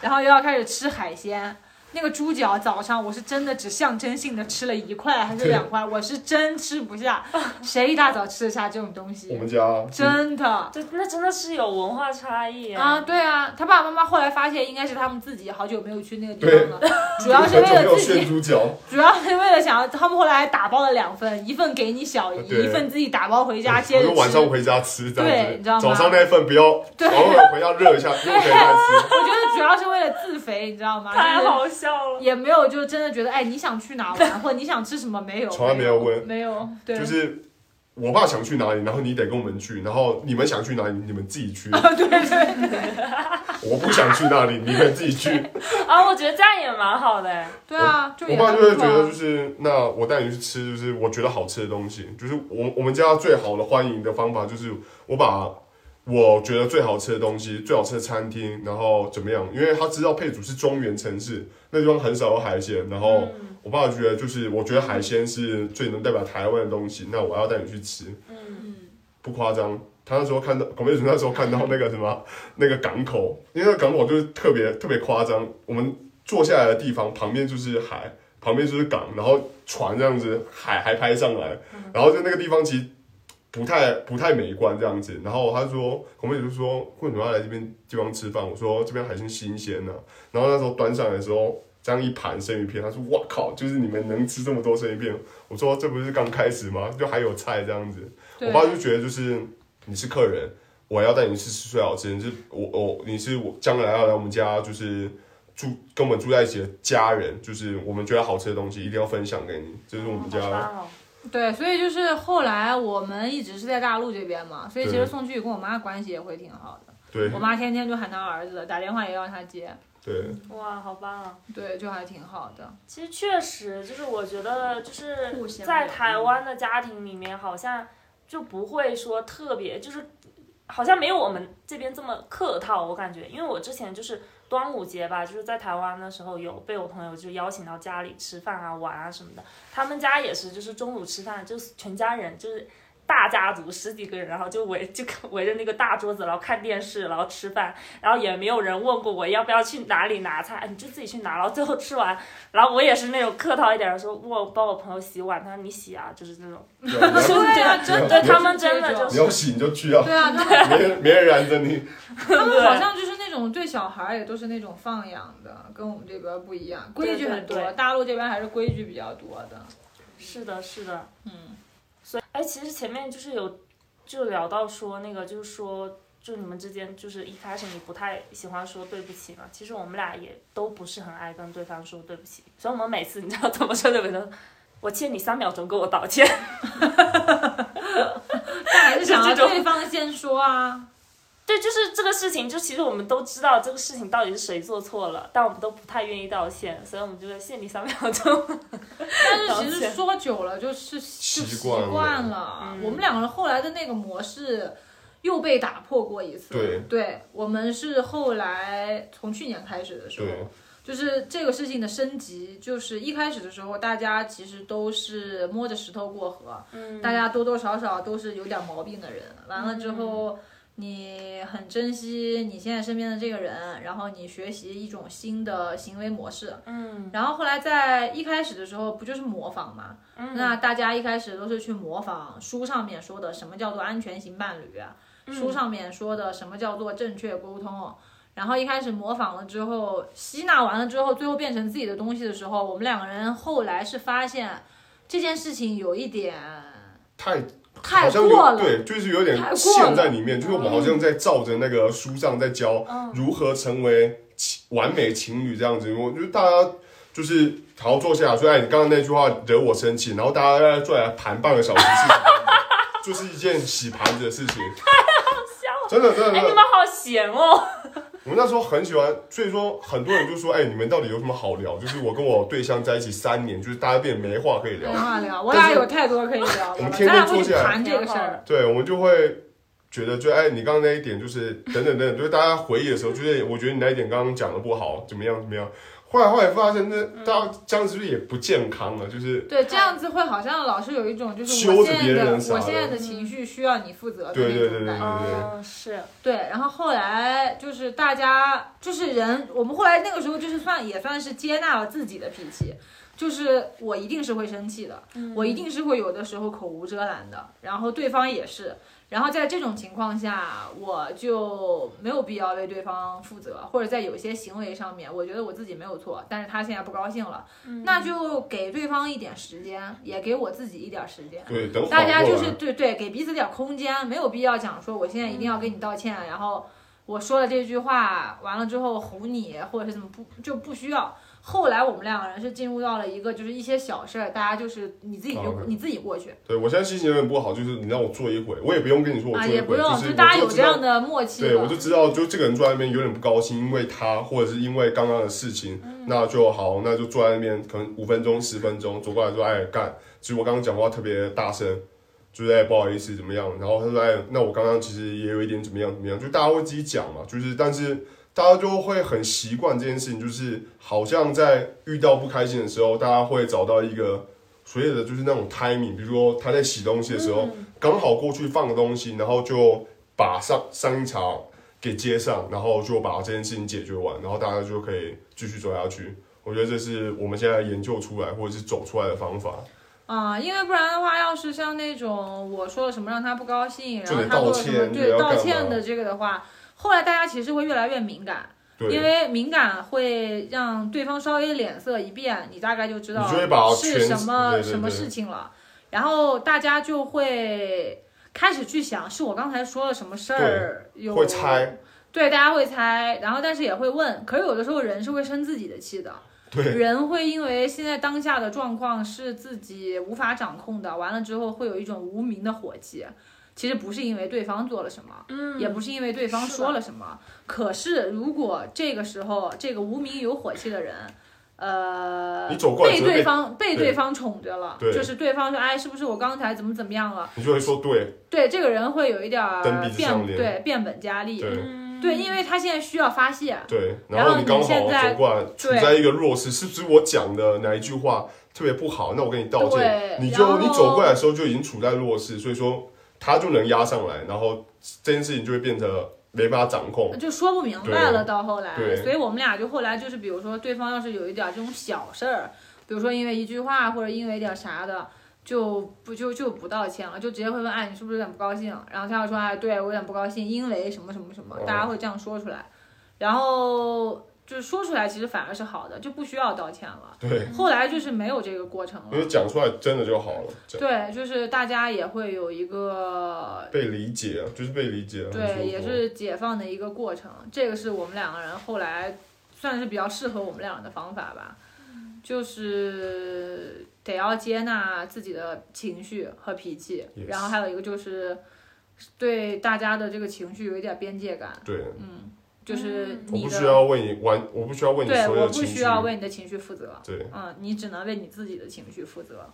C: 然后又要开始吃海鲜。那个猪脚早上我是真的只象征性的吃了一块还是两块，我是真吃
E: [LAUGHS]
C: 不下，谁一大早吃得下这种东
D: 我
C: 西？
D: 们家
C: 真的。
E: 对，那真的是有文化差异
C: 啊，
E: 啊。
C: 对啊，他爸爸妈妈后来发现，应该是他们自己好久没有去那个地
D: 对
C: 方了，主
D: [LAUGHS]
C: 要是为
D: 很久
C: 了
D: 没有
C: 自
D: 炫
C: 己，
D: 猪脚，
C: 主要是为了想要，他们后来还打包了两份，一份给你小姨，
D: 对
C: 一份自己打包回
D: 回
C: 家接着
D: 晚
C: 吃。
D: 上
C: 我
D: 回家吃，这
C: 对
D: 样
C: 你知
D: 子
C: 道。吗
D: 早上那份不要， [LAUGHS] 偶
C: 对
D: 尔回家热一下又可以再吃。
C: 觉得主要是为了自肥，你知道吗？
E: 太
C: 就是
E: 好笑了，
C: 也没有就真的觉得，哎，你想去
E: [LAUGHS]
C: 哪玩，或者你想吃什么没有？
D: 从来没有问
C: 没有，对，啊
D: 就是我爸想去哪里，然后你得跟我们去，然后你们想去哪里，你们自己去。
C: 哦对对
D: 我不想去那里，你们自己去。
E: 啊，我觉得这样也蛮好的。哎
C: 对啊，就
D: 我
C: 也
D: 爸
C: 还
D: 就会
C: 不
D: 觉
C: 错啊
D: 得，就是那我带你去吃，就是我觉得好吃的东西，就是我我们家最好的欢迎的方法，就是我把我觉得最好吃的东西、最好吃的餐厅，然后怎么样？因为他知道配主是中原城市，那地方很少有海鲜，然后
C: 嗯
D: 我爸觉得就是我觉得海鲜是最能代表台湾的东西，那我要带你去吃，
C: 嗯，
D: 不夸张。他那时候看到孔佩主那时候看到那个什么那个港口，因为那个港口就是特别特别夸张。我们坐下来的地方旁边就是海，旁边就是港，然后船这样子海还拍上来，然后就那个地方其实不太不太美观这样子。然后他说孔佩主就说为什么要来这边地方吃饭？我说这边海鲜新鲜呐、然后那时候端上来的时候。这样一盘生鱼片，他说：“哇靠，就是你们能吃这么多生鱼片？”我说：“这不是刚开始吗？就还有菜这样子。”我
C: 对
D: 爸就觉得就是你是客人，我要带你去吃最好吃，你是我我你是我将来要来我们家就是住跟我们住在一起的家人，就是我们觉得好吃的东西一定要分享给你，这、是我们家。
E: 好棒哦
C: 对，所以就是后来我们一直是在大陆这边嘛，所以其
D: 对
C: 实宋居宇跟我妈关系也会挺好的。
D: 对
C: 我妈天天就喊她儿子，打电话也让他接，
D: 对，
E: 哇，好棒啊！
C: 对，就还挺好的。
E: 其实确实，就是我觉得，就
B: 互
E: 是
B: 相
E: 在
B: 的
E: 台湾的家庭里面，好像就不会说特别，就是好像没有我们这边这么客套。我感觉，因为我之前就是端午节吧，就是在台湾的时候有被我朋友就邀请到家里吃饭啊、玩啊什么的。他们家也是，就是中午吃饭，就是全家人就是。大家族十几个人，然后就围就围着那个大桌子，然后看电视，然后吃饭，然后也没有人问过我要不要去哪里拿菜，哎你就自己去拿。然后最后吃完，然后我也是那种客套一点的说，我帮我朋友洗碗，他说你洗啊，就是那种。
D: 你要
C: [LAUGHS] 对啊，真
E: 对
C: 的
E: 他们真的
C: 这种
E: 就是
D: 你要洗你就去啊，
C: [LAUGHS] 对啊，他们
D: 没人没人拦着你。
C: 他们
E: 对
C: 好像就是那种对小孩儿也都是那种放养的，跟我们这边不一样，规矩很
E: 对对
C: 多。大陆这边还是规矩比较多
E: [LAUGHS]
C: 的。
E: 是的，是的。
C: 嗯，
E: 所以哎，其实前面就是有就聊到说那个，就是说。就你们之间，就是一开始你不太喜欢说对不起嘛。其实我们俩也都不是很爱跟对方说对不起，所以我们每次你知道怎么说对不起？我欠你三秒钟，跟我道
C: [LAUGHS]
E: 歉。
C: 但还是想要
E: 就这种
C: 对方先说啊。
E: 对，就是这个事情，就其实我们都知道这个事情到底是谁做错了，但我们都不太愿意道歉，所以我们就会限你三秒钟。
C: 但是其实说久了就是就
D: 习
C: 习
D: 惯了
C: 惯了。
E: 嗯
C: 我们两个人后来的那个模式又被打破过一次。
D: 对，
C: 我们是后来从去年开始的时候
D: 对，
C: 就是这个事情的升级，就是一开始的时候，大家其实都是摸着石头过河，
E: 嗯
C: 大家多多少少都是有点毛病的人。完了之后，你很珍惜你现在身边的这个人，然后你学习一种新的行为模式。
E: 嗯
C: 然后后来在一开始的时候，不就是模仿嘛？
E: 嗯
C: 那大家一开始都是去模仿书上面说的什么叫做安全型伴侣啊、书上面说的什么叫做正确沟通。然后一开始模仿了之后，吸纳完了之后，最后变成自己的东西的时候，我们两个人后来是发现这件事情有一点
D: 太
C: 太
D: 好像
C: 过
D: 有
C: 了，
D: 对，就是有点
C: 太过了嗯
D: 陷在里面，就是我们好像在照着那个书上在教如何成为完美情侣这样子。我觉得大家就是好好坐下来说，哎，你刚刚那句话惹我生气，然后大家坐下来盘半个小时事情，就是 [LAUGHS] 一件洗盘子的事情。真的真的真
E: 哎，你
D: 的，
E: 们好闲哦。
D: 我们那时候很喜欢，所以说很多人就说，哎，你们到底有什么好聊？就是我跟我对象在一起三年，就是大家变没话可以聊
C: 没。话聊，我俩有太多可以聊
D: 我
C: 的
D: 们
C: 了，
D: 天
C: 咱俩
D: 天
C: 不
D: 坐
C: 许
D: 下来
C: 谈这个事儿。
D: 对，我们就会觉得就哎，你刚刚那一点就是等等等 [LAUGHS] 等，就是大家回忆的时候，就是我觉得你那一点刚刚讲的不好，怎么样怎么样。后来后来发现，那大家这样子是不是也不健康了？就是
C: 对，这样子会好像老是有一种就是
D: 羞
C: 我
D: 着
C: 现
D: 别
C: 在的
D: 人啥的
C: 我现在的情绪需要你负责的
D: 对
C: 那
D: 对对
C: 种
D: 对
C: 感觉。
D: 对对。
E: 嗯，是，
C: 对，然后后来就是大家就是人，我们后来那个时候就是算也算是接纳了自己的脾气，就是我一定是会生气的，
A: 嗯
E: 嗯
C: 我一定是会有的时候口无遮拦的，然后对方也是，然后在这种情况下，我就没有必要为对方负责，或者在有些行为上面，我觉得我自己没有错，但是他现在不高兴了，那就给对方一点时间，也给我自己一点时间。
D: 对，等
C: 大
D: 缓
C: 家
D: 过
C: 就
D: 来
C: 是对对，给彼此点空间，没有必要讲说我现在一定要跟你道歉，啊然后我说了这句话，完了之后哄你或者是怎么不就不需要。后来我们两个人是进入到了一个就是一些小事儿，大家就是你自己就
D: 啊 OK
C: 你自己过去
D: 对我现在心情有点不好，就是你让我坐一会，我也不用跟你说我
C: 啊，
D: 坐一
C: 也
D: 会，
C: 不用，
D: 就是我
C: 大家有
D: 知
C: 这
D: 道
C: 样的默契
D: 对，我
C: 了
D: 就。知道，就这个人坐在那边有点不高兴，因为他或者是因为刚刚的事情，那就好，那就坐在那边，可能五分钟、十分钟，走过来说，哎，干，其实我刚刚讲话特别大声，就是哎不好意思怎么样，然后他说，哎，那我刚刚其实也有一点怎么样怎么样，就哎大家会自己讲嘛，就是但是大家就会很习惯这件事情，就是好像在遇到不开心的时候，大家会找到一个。所有的就是那种 timing，比如说他在洗东西的时候，刚好过去放个东西，然后就把上上一场给接上，然后就把这件事情解决完，然后大家就可以继续走下去。我觉得这是我们现在研究出来或者是走出来的方法，
C: 啊、因为不然的话，要是像那种我说了什么让他不高兴，然
D: 就
C: 后
D: 得
C: 他
D: 道
C: 做了什么
D: 歉就
C: 对
D: 要
C: 道
D: 干
C: 歉
D: 嘛
C: 的这个的话，后来大家其实会越来越敏感，
D: 对，
C: 因为敏感会让对方稍微脸色一变，你大概就知道
D: 你就会把
C: 是
D: 全
C: 什么
D: 对对对
C: 什么事情了，然后大家就会开始去想，是我刚才说了什么事儿，有
D: 会猜，
C: 对，大家会猜，然后但是也会问，可是有的时候人是会生自己的气的，
D: 对
C: 人会因为现在当下的状况是自己无法掌控的，完了之后会有一种无名的火气。其实不是因为对方做了什么，
E: 嗯
C: 也不是因为对方
E: 是的
C: 说了什么。可是如果这个时候这个无名有火气的人，呃
D: 你，走过来
C: 被
D: 只会
C: 对
D: 被，
C: 方被
D: 对
C: 对方宠着了，
D: 对
C: 就是对方说，哎，是不是我刚才怎么怎么样了？
D: 你就会说对，
C: 对，这个人会有一点儿
D: 蹬鼻子上
C: 变
D: 脸
C: 对变本加厉，
D: 对
C: 对，因为他现在需要发泄，
D: 对，
C: 嗯然
D: 然
C: 后
D: 后你刚好
C: 你现在
D: 走过来，处
C: 对
D: 在一个弱势，是不是我讲的哪一句话特别不好？那我跟你道歉
C: 对，
D: 你
C: 然
D: 就
C: 后
D: 你走过来的时候就已经处在弱势，所以说他就能压上来，然后这件事情就会变得没办法掌控，
C: 就说不明白了。
D: 对
C: 到后来，
D: 对
C: 所以我们俩就后来就是，比如说对方要是有一点这种小事儿，比如说因为一句话或者因为一点啥的，就不就就不道歉了，就直接会问，哎，你是不是有点不高兴？然后他要说，哎，对我有点不高兴，因为什么什么什么
D: 哦，
C: 大家会这样说出来，然后就是说出来，其实反而是好的，就不需要道歉了。
D: 对，
C: 后来就是没有这个过程
D: 因为
C: 了。
D: 讲出来真的就好了，这样
C: 对，就是大家也会有一个
D: 被理解啊就是被理解，很舒
C: 对，也
D: 服
C: 是解放的一个过程。这个是我们两个人后来算是比较适合我们两个的方法吧，嗯就是得要接纳自己的情绪和脾气
D: Yes
C: 然后还有一个就是对大家的这个情绪有一点边界感，
D: 对。
C: 嗯，就是
D: 我
C: 你
D: 不
C: 的
D: 需要为你完，我不需要为你
C: 对，
D: 所有
C: 我
D: 的
C: 不
D: 情
C: 需
D: 绪。
C: 要为你的情绪负责，
D: 对，
C: 嗯，你只能为你自己的情绪负责。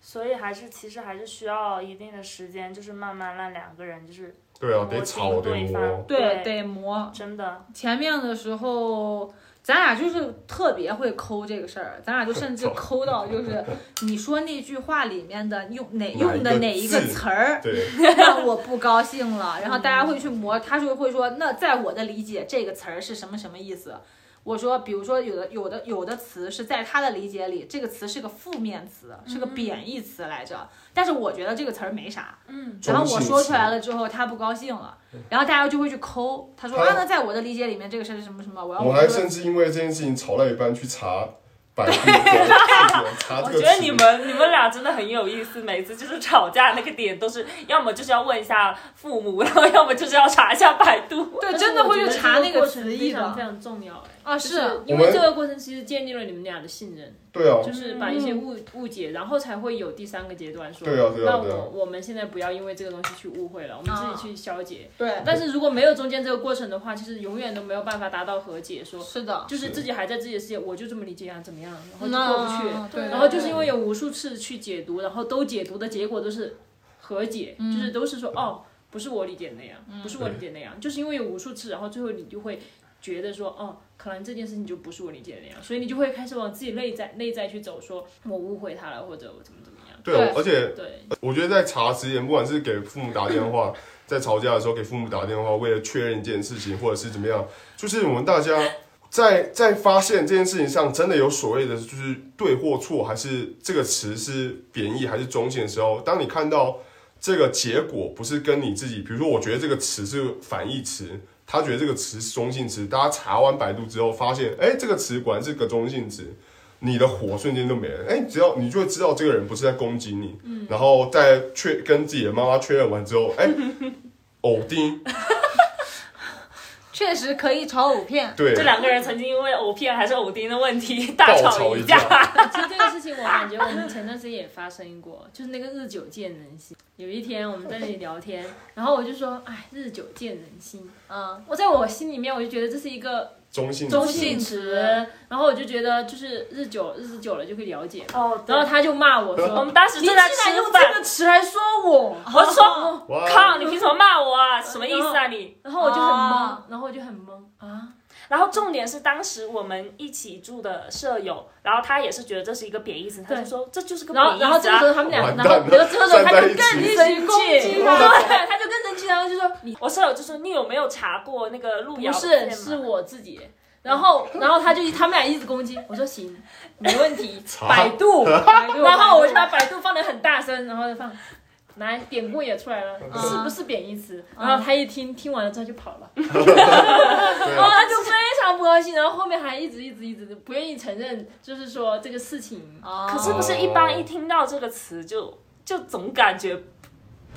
E: 所以还是其实还是需要一定的时间，就是慢慢让两个人就是
D: 对啊，得
E: 磨
D: 吵
E: 进
D: 得
E: 对
D: 磨
E: 方，，
C: 对，得磨，
E: 真
A: 嗯
E: 的，
C: 前面的时候，咱俩就是特别会抠这个事儿，咱俩
D: [LAUGHS]
C: 就甚至抠到就是你说那句话里面的用哪
D: 哪一个
C: 用的哪一个
D: 字
C: 词儿
D: 对
C: [LAUGHS]
D: 嗯
C: 让我不高兴了，然后大家会去磨，他就会说，那在我的理解，这个词儿是什么什么意思？我说，比如说有的有的有的词是在他的理解里，这个词是个负面词，是个贬义词来着，但是我觉得这个词儿没啥，
E: 嗯，
C: 然后我说出来
D: 了，
C: 了之后，他不高兴了，然后大家就会去抠。他说
D: 他
C: 啊，那在我的理解里面，这个事儿是什么什么？我要
D: 我还
C: 说
D: 甚至因为这件事情吵到一半去查。百度跟 [LAUGHS] 查
A: 我
D: 这
A: 觉
D: 个
A: 得
D: 词
A: 你们你们俩真的很有意思，每次就是吵架那个点都是要么就是要问一下父母，然后要么就是要查一下百度。
C: 对，
E: 但是
C: 真的
E: 我
C: 会
E: 觉
C: 去
E: 得
C: 查 [LAUGHS] 那
E: 这个
C: 个
E: 过程
C: 词
E: 非
C: 义
E: 常非
C: 的
E: 常重要哎。
C: 啊，
E: 就是因
D: 我
E: 为
D: 们
E: 这个过程其实建立了你们俩的信任，
D: 对啊，
A: 嗯
E: 就是把一些误误解，然后才会有第三个阶段说，
D: 对啊对啊
E: 那
D: 对啊
E: 我我们现在不要因为这个东西去误会了，我们
C: 啊
E: 自己去消解。
C: 对，
E: 但是如果没有中间这个过程的话，其实永远都没有办法达到和解，说
C: 是的，
E: 就是
D: 是
E: 自己还在自己的世界，我就这么理解啊，怎么样，然后
C: 那
E: 就过不去。
C: 对
E: 然后就是因为有无数次去解读，然后都解读的结果都是和解，
C: 嗯
E: 就是都是说哦，不是我理解那样，不是我理解那样，就是因为有无数次，然后最后你就会觉得说哦，可能这件事情就不是我理解的那样，所以你就会开始往自己内在内在去走，说我误会他了，或者我怎么怎么样。
D: 对啊，而且
E: 对，
D: 我觉得在查之前，不管是给父母打电话，在吵架的时候给父母打电话，为了确认一件事情，或者是怎么样，就是我们大家在在发现这件事情上，真的有所谓的就是对或错，还是这个词是贬义还是中性的时候，当你看到这个结果不是跟你自己，比如说我觉得这个词是反义词。他觉得这个词是中性词，大家查完百度之后发现，哎，这个词果然是个中性词，你的火瞬间就没了。哎，你只要你就会知道这个人不是在攻击你，
A: 嗯
D: 然后再确跟自己的妈妈确认完之
A: [LAUGHS]
D: 后，哎，偶丁，
C: 确实可以炒藕片，
D: 对
A: 这，两个人曾经因为藕片还是藕丁的问题大
D: 爆
A: 吵
D: 炒
A: 一
D: 一
A: 架。
D: 架，
E: [LAUGHS] 其实这个事情我感觉我们前段时间也发生过，就是那个日久见人心。有一天我们在那里聊天，然后我就说，哎，日久见人心。
C: 嗯，
E: 我在我心里面我就觉得这是一个
D: 中性
E: 中
D: 词，
E: 性词，然后我就觉得就是日久日子久了就会了解嘛。
A: 哦，
E: 然后他就骂我
A: 我
E: 说
A: 们当时
E: 你
A: 正
E: 竟
A: 在
E: 然
A: 吃
E: 用这
A: 饭，
E: 个词来说我，
A: 我说
B: [LAUGHS]
D: 哇，
A: 靠，你凭什么骂我啊？什么意思啊你？
E: 然后我就很
C: 啊
E: 懵，然后我就很懵啊，
A: [LAUGHS] 然后重点是当时我们一起住的舍友，然后他也是觉得这是一个贬义词，他就
E: 对
A: 说这就是个
E: 然
A: 贬
E: 后
A: 义
E: 然后
A: 词
E: 这个时
A: 啊。
E: 候他们俩，
D: 完
E: 然
D: 蛋
E: 后
D: 了
E: 然后这个时候他
D: 站在
E: 就
D: 一
E: 更生
D: 起
C: 生
E: 气，
C: 气
E: 然
C: 了
E: 后他就更生气，然后就说你
A: 我舍友就说你有没有查过那个路遥
E: 不
A: 见
E: 是，
A: 吗
E: 是我自己。然
D: [LAUGHS]
E: 后，然后他就他们俩一直攻击，我说行，没问
D: [LAUGHS]
E: 题，百度。然
C: 然
E: 后
C: 后
E: 我
C: 我
E: 就把百度放的很大声，然后就放，来典故也出来了，
D: 嗯
E: 是不是贬义词？然后他一听，听完了之后就跑了，
D: [LAUGHS] 对
E: 然后
D: 啊，
E: 他就非常不高兴，然后后面还一直一直一直不愿意承认，就是说这个事情。
A: 可
C: 可
A: 是不是一般一听到这个词就就总感觉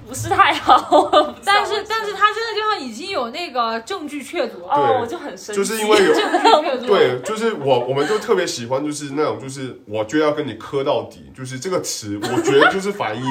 A: 不是太好，
C: 但是但是他这个地方已经有那个证据确凿，
A: 哦
D: 对，
A: 我就很生气，
D: 就是
A: [LAUGHS]
D: 因为
C: 证
D: 有。
C: 据确凿，
D: 对，就是我，我们就特别喜欢，就是那种，就是我就要跟你磕到底，就是这个
A: [LAUGHS]
D: 词，我觉得就是反义，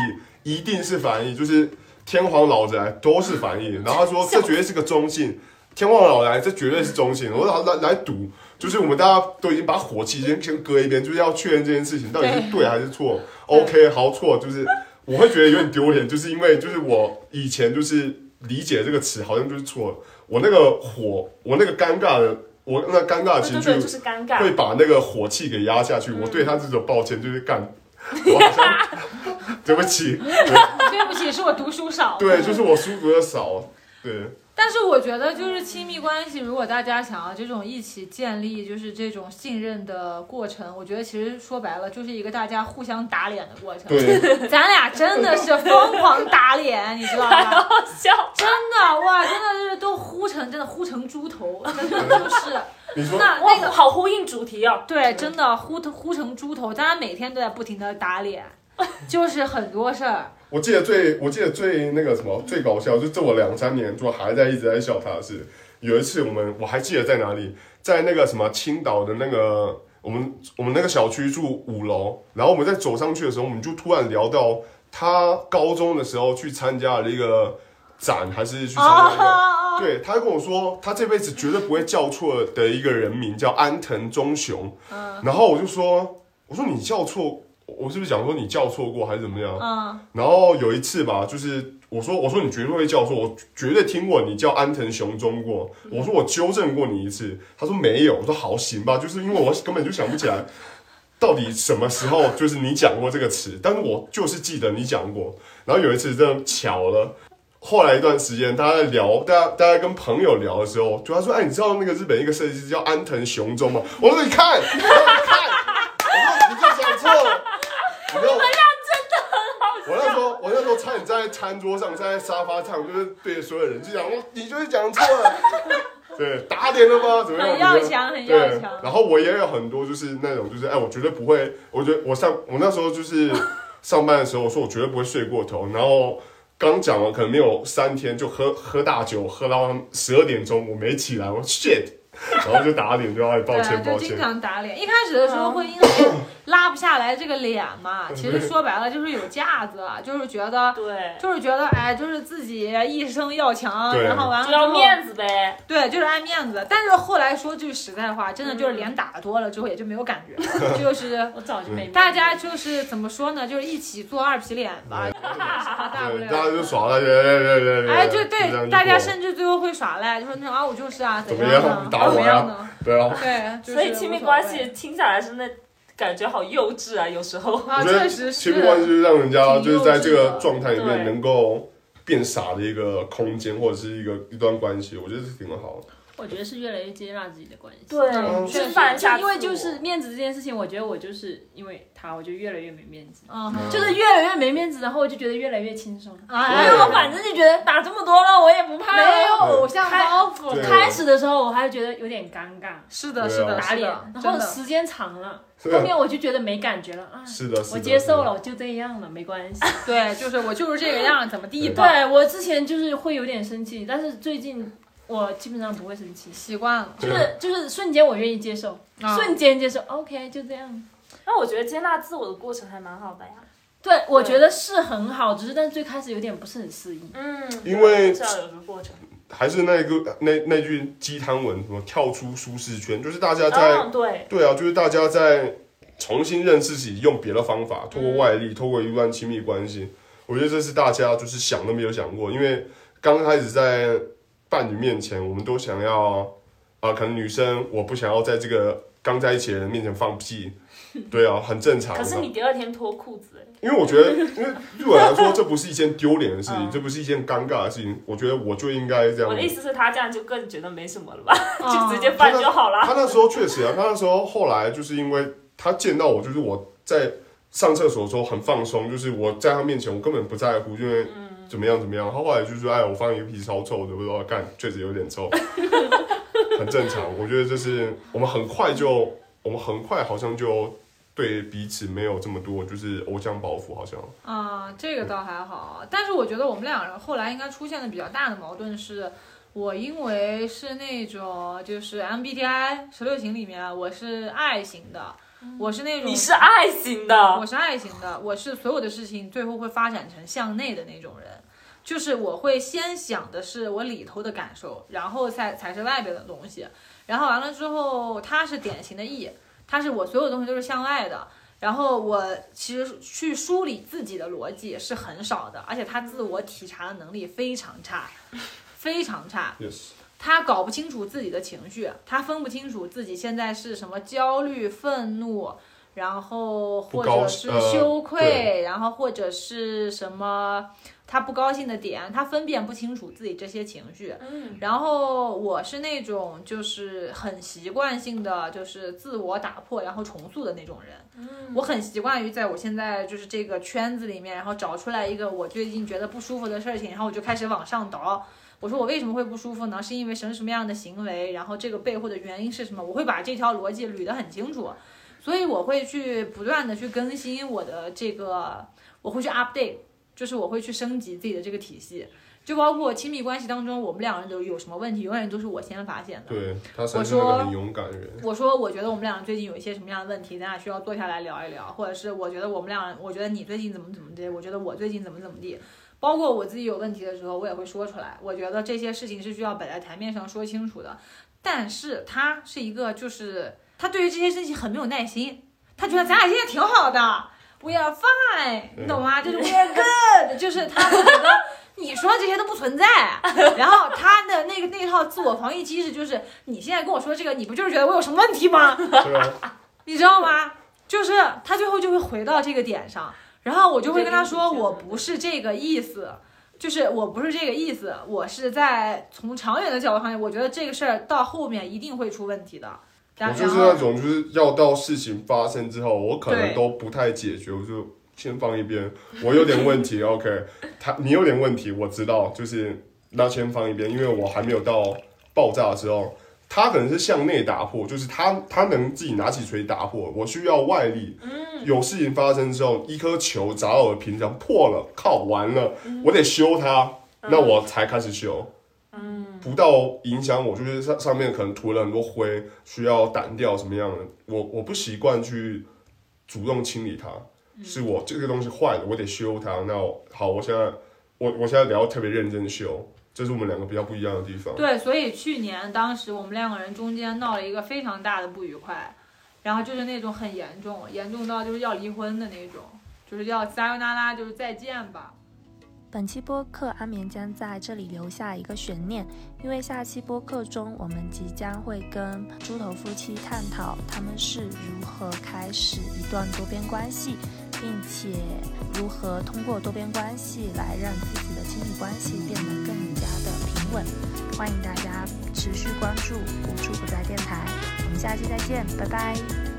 D: 一定是反义，就是天皇老宅都是反义。然后他说这绝对是个中性，天皇老宅这绝对是中性。我说来来来赌，就是我们大家都已经把火气先先搁一边，就是要确认这件事情到底是对还是错。OK，好错就是我会觉得有点丢脸，就是因为就是我以前就是理解这个词好像就是错了，我那个火，我那个尴尬的。我那尴尬的
A: 对
D: 情
A: 对
D: 绪
A: 对，就是尴尬。
D: 会把那个火气给压下去。我对他这种抱歉就是干， [LAUGHS] 我好像 [LAUGHS] 对不起，
C: 对不起，是我读书
D: [LAUGHS]
C: 少。
D: 对，就是我舒服的少，对，
C: 但是我觉得，就是亲密关系，如果大家想要这种一起建立，就是这种信任的过程，我觉得其实说白了，就是一个大家互相打脸的过程。
D: 对，
C: 咱俩真的是疯狂打脸，你知道吗？
A: 笑，
C: 真的哇，真的是都呼成，真的呼成猪头，真的就是
D: 你说
C: 那
A: [LAUGHS] 哇
C: 那，个
A: 好呼应主题哦。
C: 对，真的呼呼成猪头，大家每天都在不停的打脸，就是很多事儿。
D: 我记得最，我记得最那个什么最搞笑，就这我两三年就还在一直在笑他的是，有一次我们我还记得在哪里，在那个什么青岛的那个我们我们那个小区住五楼，然后我们在走上去的时候，我们就突然聊到他高中的时候去参加了一个展，还是去参加一个。
C: 啊，
D: 对他跟我说，他这辈子绝对不会叫错的一个人名叫安藤忠雄。然后我就说，我说你叫错，我是不是讲说你叫错过还是怎么样？
C: 嗯，
D: 然后有一次吧，就是我说我说你绝对会叫错，我绝对听过你叫安藤雄中过。我说我纠正过你一次，他说没有。我说好行吧，就是因为我根本就想不起来。到底什么时候就是你讲过这个词？但是我就是记得你讲过。然后有一次真的巧了，后来一段时间，大家在聊，大家大家跟朋友聊的时候，就他说：“哎，你知道那个日本一个设计师叫安藤雄中吗？”我说：“你看， [LAUGHS] 你看，你看。”我说：“你就讲错了。”你知道吗？我那时候，我那时候差哦点站在餐桌上，站在沙发上，就是对着所有人就讲，我你就是讲错了。对，打点了吗？怎么样？
C: [LAUGHS] 很要强，很
D: 对
C: 要，强。
D: 然后我也有很多就是那种就是哎，我绝对不会，我觉得我上我那时候就是
C: [LAUGHS]
D: 上班的时候，我说我绝对不会睡过头，然后刚讲完可能没有三天就喝喝大酒，喝到十二点钟我没起来，
C: [LAUGHS]
D: 我 shit，然后就打脸，就哎抱
C: 对，啊
D: 歉抱
C: 就经
D: 歉，
C: 常打脸。一开始的时候会
D: [LAUGHS]
C: 因为拉不下来这个脸嘛，其实说白了就是有架子，啊就是觉得，
E: 对，
C: 就是觉得，哎，就是自己一生要强，
D: 对
C: 然后完了
E: 就
C: 之后
E: 要面子呗。
C: 对，就是爱面子。但是后来说句实在话，真的就是脸打多了之后也就没有感觉
D: [LAUGHS]
C: 了，就是
B: 我早就被
C: 大家就是怎么说呢，就是一起做二皮脸吧，有啥大不
D: 对，
C: 了。
D: 大家就耍哎了，对对对对对，
C: 哎，就
D: 这样
C: 对，
D: 就
C: 大家
D: 过
C: 甚至最后会耍赖，就说那种啊，我就是啊，
D: 怎
C: 怎
D: 么
C: 样
D: 样
C: 呢，
D: 你打
C: 怎
D: 我
C: 么
D: 呀
C: 样呢？
D: 对啊，
C: 对，就是
E: 所以亲密
C: 无所
E: 关
C: 谓
E: 系听下来真的感觉好幼稚啊，有时候。
C: 啊，
D: 我觉得
C: 确实
D: 亲
C: 是
D: 密关系就是让人家
C: 挺
D: 就
C: 幼
D: 是
C: 稚
D: 在这个
C: 的
D: 状态里面
E: 对
D: 能够变傻的一个空间或者是一个一段关系，我觉得是挺好的。
B: [LAUGHS] 我觉得是越来越接纳自己的关系。
E: 对，
D: 嗯
C: 确
E: 吃
C: 实
E: 饭下
B: 因为就
E: 次我
B: 是面子这件事情，我觉得我就是因为他，我就越来越没面子，
C: 嗯，
B: 就是越来越没面子，然后我就觉得越来越轻松。
C: 哎
B: 因为
C: 呦，
B: 我反正就觉得打这么多了，我也不怕
C: 没有
B: 了。
C: 偶像包
D: 对
C: 袱。
B: 开始的时候我还觉得有点尴尬，
C: 是的，
D: 对啊
C: 是的，
B: 打
C: 是
B: 脸
C: 的，，
B: 然
C: 真
B: 后
C: 的。
B: 时间长了，
D: 是
B: 后
D: 的，
B: 面我就觉得没感觉了啊，
D: 是的，
B: 我接受
D: 是的
B: 了，我就这样了，没关系。
C: 对，就是我就是这个样，怎么地吧，
B: 对我之前就是会有点生气，但是最近我基本上不会生气，
C: 习惯了。
B: 就是就是瞬间我愿意接受，
C: 啊
B: 瞬间接受，OK 就这样。
E: 那我觉得接纳自我的过程还蛮好的呀。
B: 对，我觉得是很好，只是但是最开始有点不是很适应。
E: 嗯，
D: 因为
E: 至少有个过程。
D: 还是那个那那句鸡汤文，什么跳出舒适圈，就是大家在、
E: 嗯，对，
D: 对啊，就是大家在重新认识自己，用别的方
E: 嗯
D: 法，透过外力，透过一段亲密关系，我觉得这是大家就是想都没有想过，因为刚开始在伴侣面前，我们都想要啊、可能女生我不想要在这个刚在一起的人面前
E: [LAUGHS]
D: 放屁，对啊，很正常。
E: 可是你第二天脱裤子，
D: 因为我觉得，因为对我
E: [LAUGHS]
D: 来说，这不是一件丢脸的事情，这不是一件尴尬的事情。我觉得我就应该这样。
E: 嗯我的意思是，他这样就更觉得没什么了吧，
C: 啊
E: 就直接办就好了。
D: 他那时候确实啊，他那时候后来就是因为他见到我，就是我在上厕所的时候很放松，就是我在他面前我根本不在乎，因为
C: 嗯
D: 怎么样怎么样。他后来就说：“哎，我放一个屁超臭的，我说啊干，确实有
C: [LAUGHS]
D: 点臭，很正常。”我觉得这是我们很快就，我们很快好像就对彼此没有这么多就是偶像包袱，好像
C: 啊，这个倒还好，但是我觉得我们俩人后来应该出现的比较大的矛盾是，我因为是那种就是 MBTI 十六型里面我是 I 型的，我是那种
E: 你是爱型的，
C: 我是爱情的，我是所有的事情最后会发展成向内的那种人，就是我会先想的是我里头的感受，然后才才是外边的东西。然后完了之后，他是典型的 E，他是我所有东西都是向外的。然后我其实去梳理自己的逻辑是很少的，而且他自我体察的能力非常差，非常差。
D: 也是。
C: 他搞不清楚自己的情绪，他分不清楚自己现在是什么焦虑、愤怒，然后或
D: 不高
C: 者
D: 兴
C: 是
D: 呃
C: 羞愧，
D: 对
C: 然后或者是什么他不高兴的点，他分辨不清楚自己这些情绪。
E: 嗯，
C: 然后我是那种就是很习惯性的就是自我打破然后重塑的那种人，
B: 嗯
C: 我很习惯于在我现在就是这个圈子里面，然后找出来一个我最近觉得不舒服的事情，然后我就开始往上倒。我说我为什么会不舒服呢？是因为什么什么样的行为，然后这个背后的原因是什么？我会把这条逻辑捋得很清楚，所以我会去不断的去更新我的这个，我会去 update，就是我会去升级自己的这个体系，就包括亲密关系当中，我们两人都有什么问题，永远都是我先发现的。
D: 对他算
C: 我
D: 是那
C: 说
D: 个很勇敢的人。
C: 我说，我觉得我们俩最近有一些什么样的问题，咱俩需要坐下来聊一聊，或者是我觉得我们俩，我觉得你最近怎么怎么地，我觉得我最近怎么怎么地，包括我自己有问题的时候，我也会说出来。我觉得这些事情是需要摆在台面上说清楚的。但是他是一个，就是他对于这些事情很没有耐心，他觉得咱俩现在挺好的，we are fine，你懂吗？就是 we are good，就是他会觉得你说这些都不存在。然后他的那个那套自我防御机制就是，你现在跟我说这个，你不就是觉得我有什么问题吗？
D: 对啊，
C: 你知道吗？就是他最后就会回到这个点上，然后我就会跟他说，
B: 对
C: 我不是这个意思，就是我不是这个意思，我是在从长远的角度上面，我觉得这个事儿到后面一定会出问题的。
D: 我
C: 然
D: 就是
C: 然
D: 那
C: 后
D: 种，就是要到事情发生之后，我可能
C: 对
D: 都不太解决，我就先放一边。我有点问题，OK，他你有点问题，我知道，就是那先放一边，因为我还没有到爆炸之后，他可能是向内打破，就是他他能自己拿起锤打破，我需要外力。
C: 嗯
D: 有事情发生之后，一颗球砸到我的屏障破了，靠，完了，我得修它，那我才开始修。不到影响我，就是上上面可能涂了很多灰，需要掸掉什么样的，我我不习惯去主动清理它，是我这个东西坏了，我得修它。那我好，我现在我我现在聊特别认真修，这是我们两个比较不一样的地方。
C: 对，所以去年当时我们两个人中间闹了一个非常大的不愉快，然后就是那种很严重，严重到就是要离婚的那种，就是要撒由那拉，就是再见吧。
A: 本期播客安眠将在这里留下一个悬念，因为下期播客中我们即将会跟猪头夫妻探讨他们是如何开始一段多边关系，并且如何通过多边关系来让自己的亲密关系变得更加的平稳。欢迎大家持续关注无处不在电台，我们下期再见，拜拜。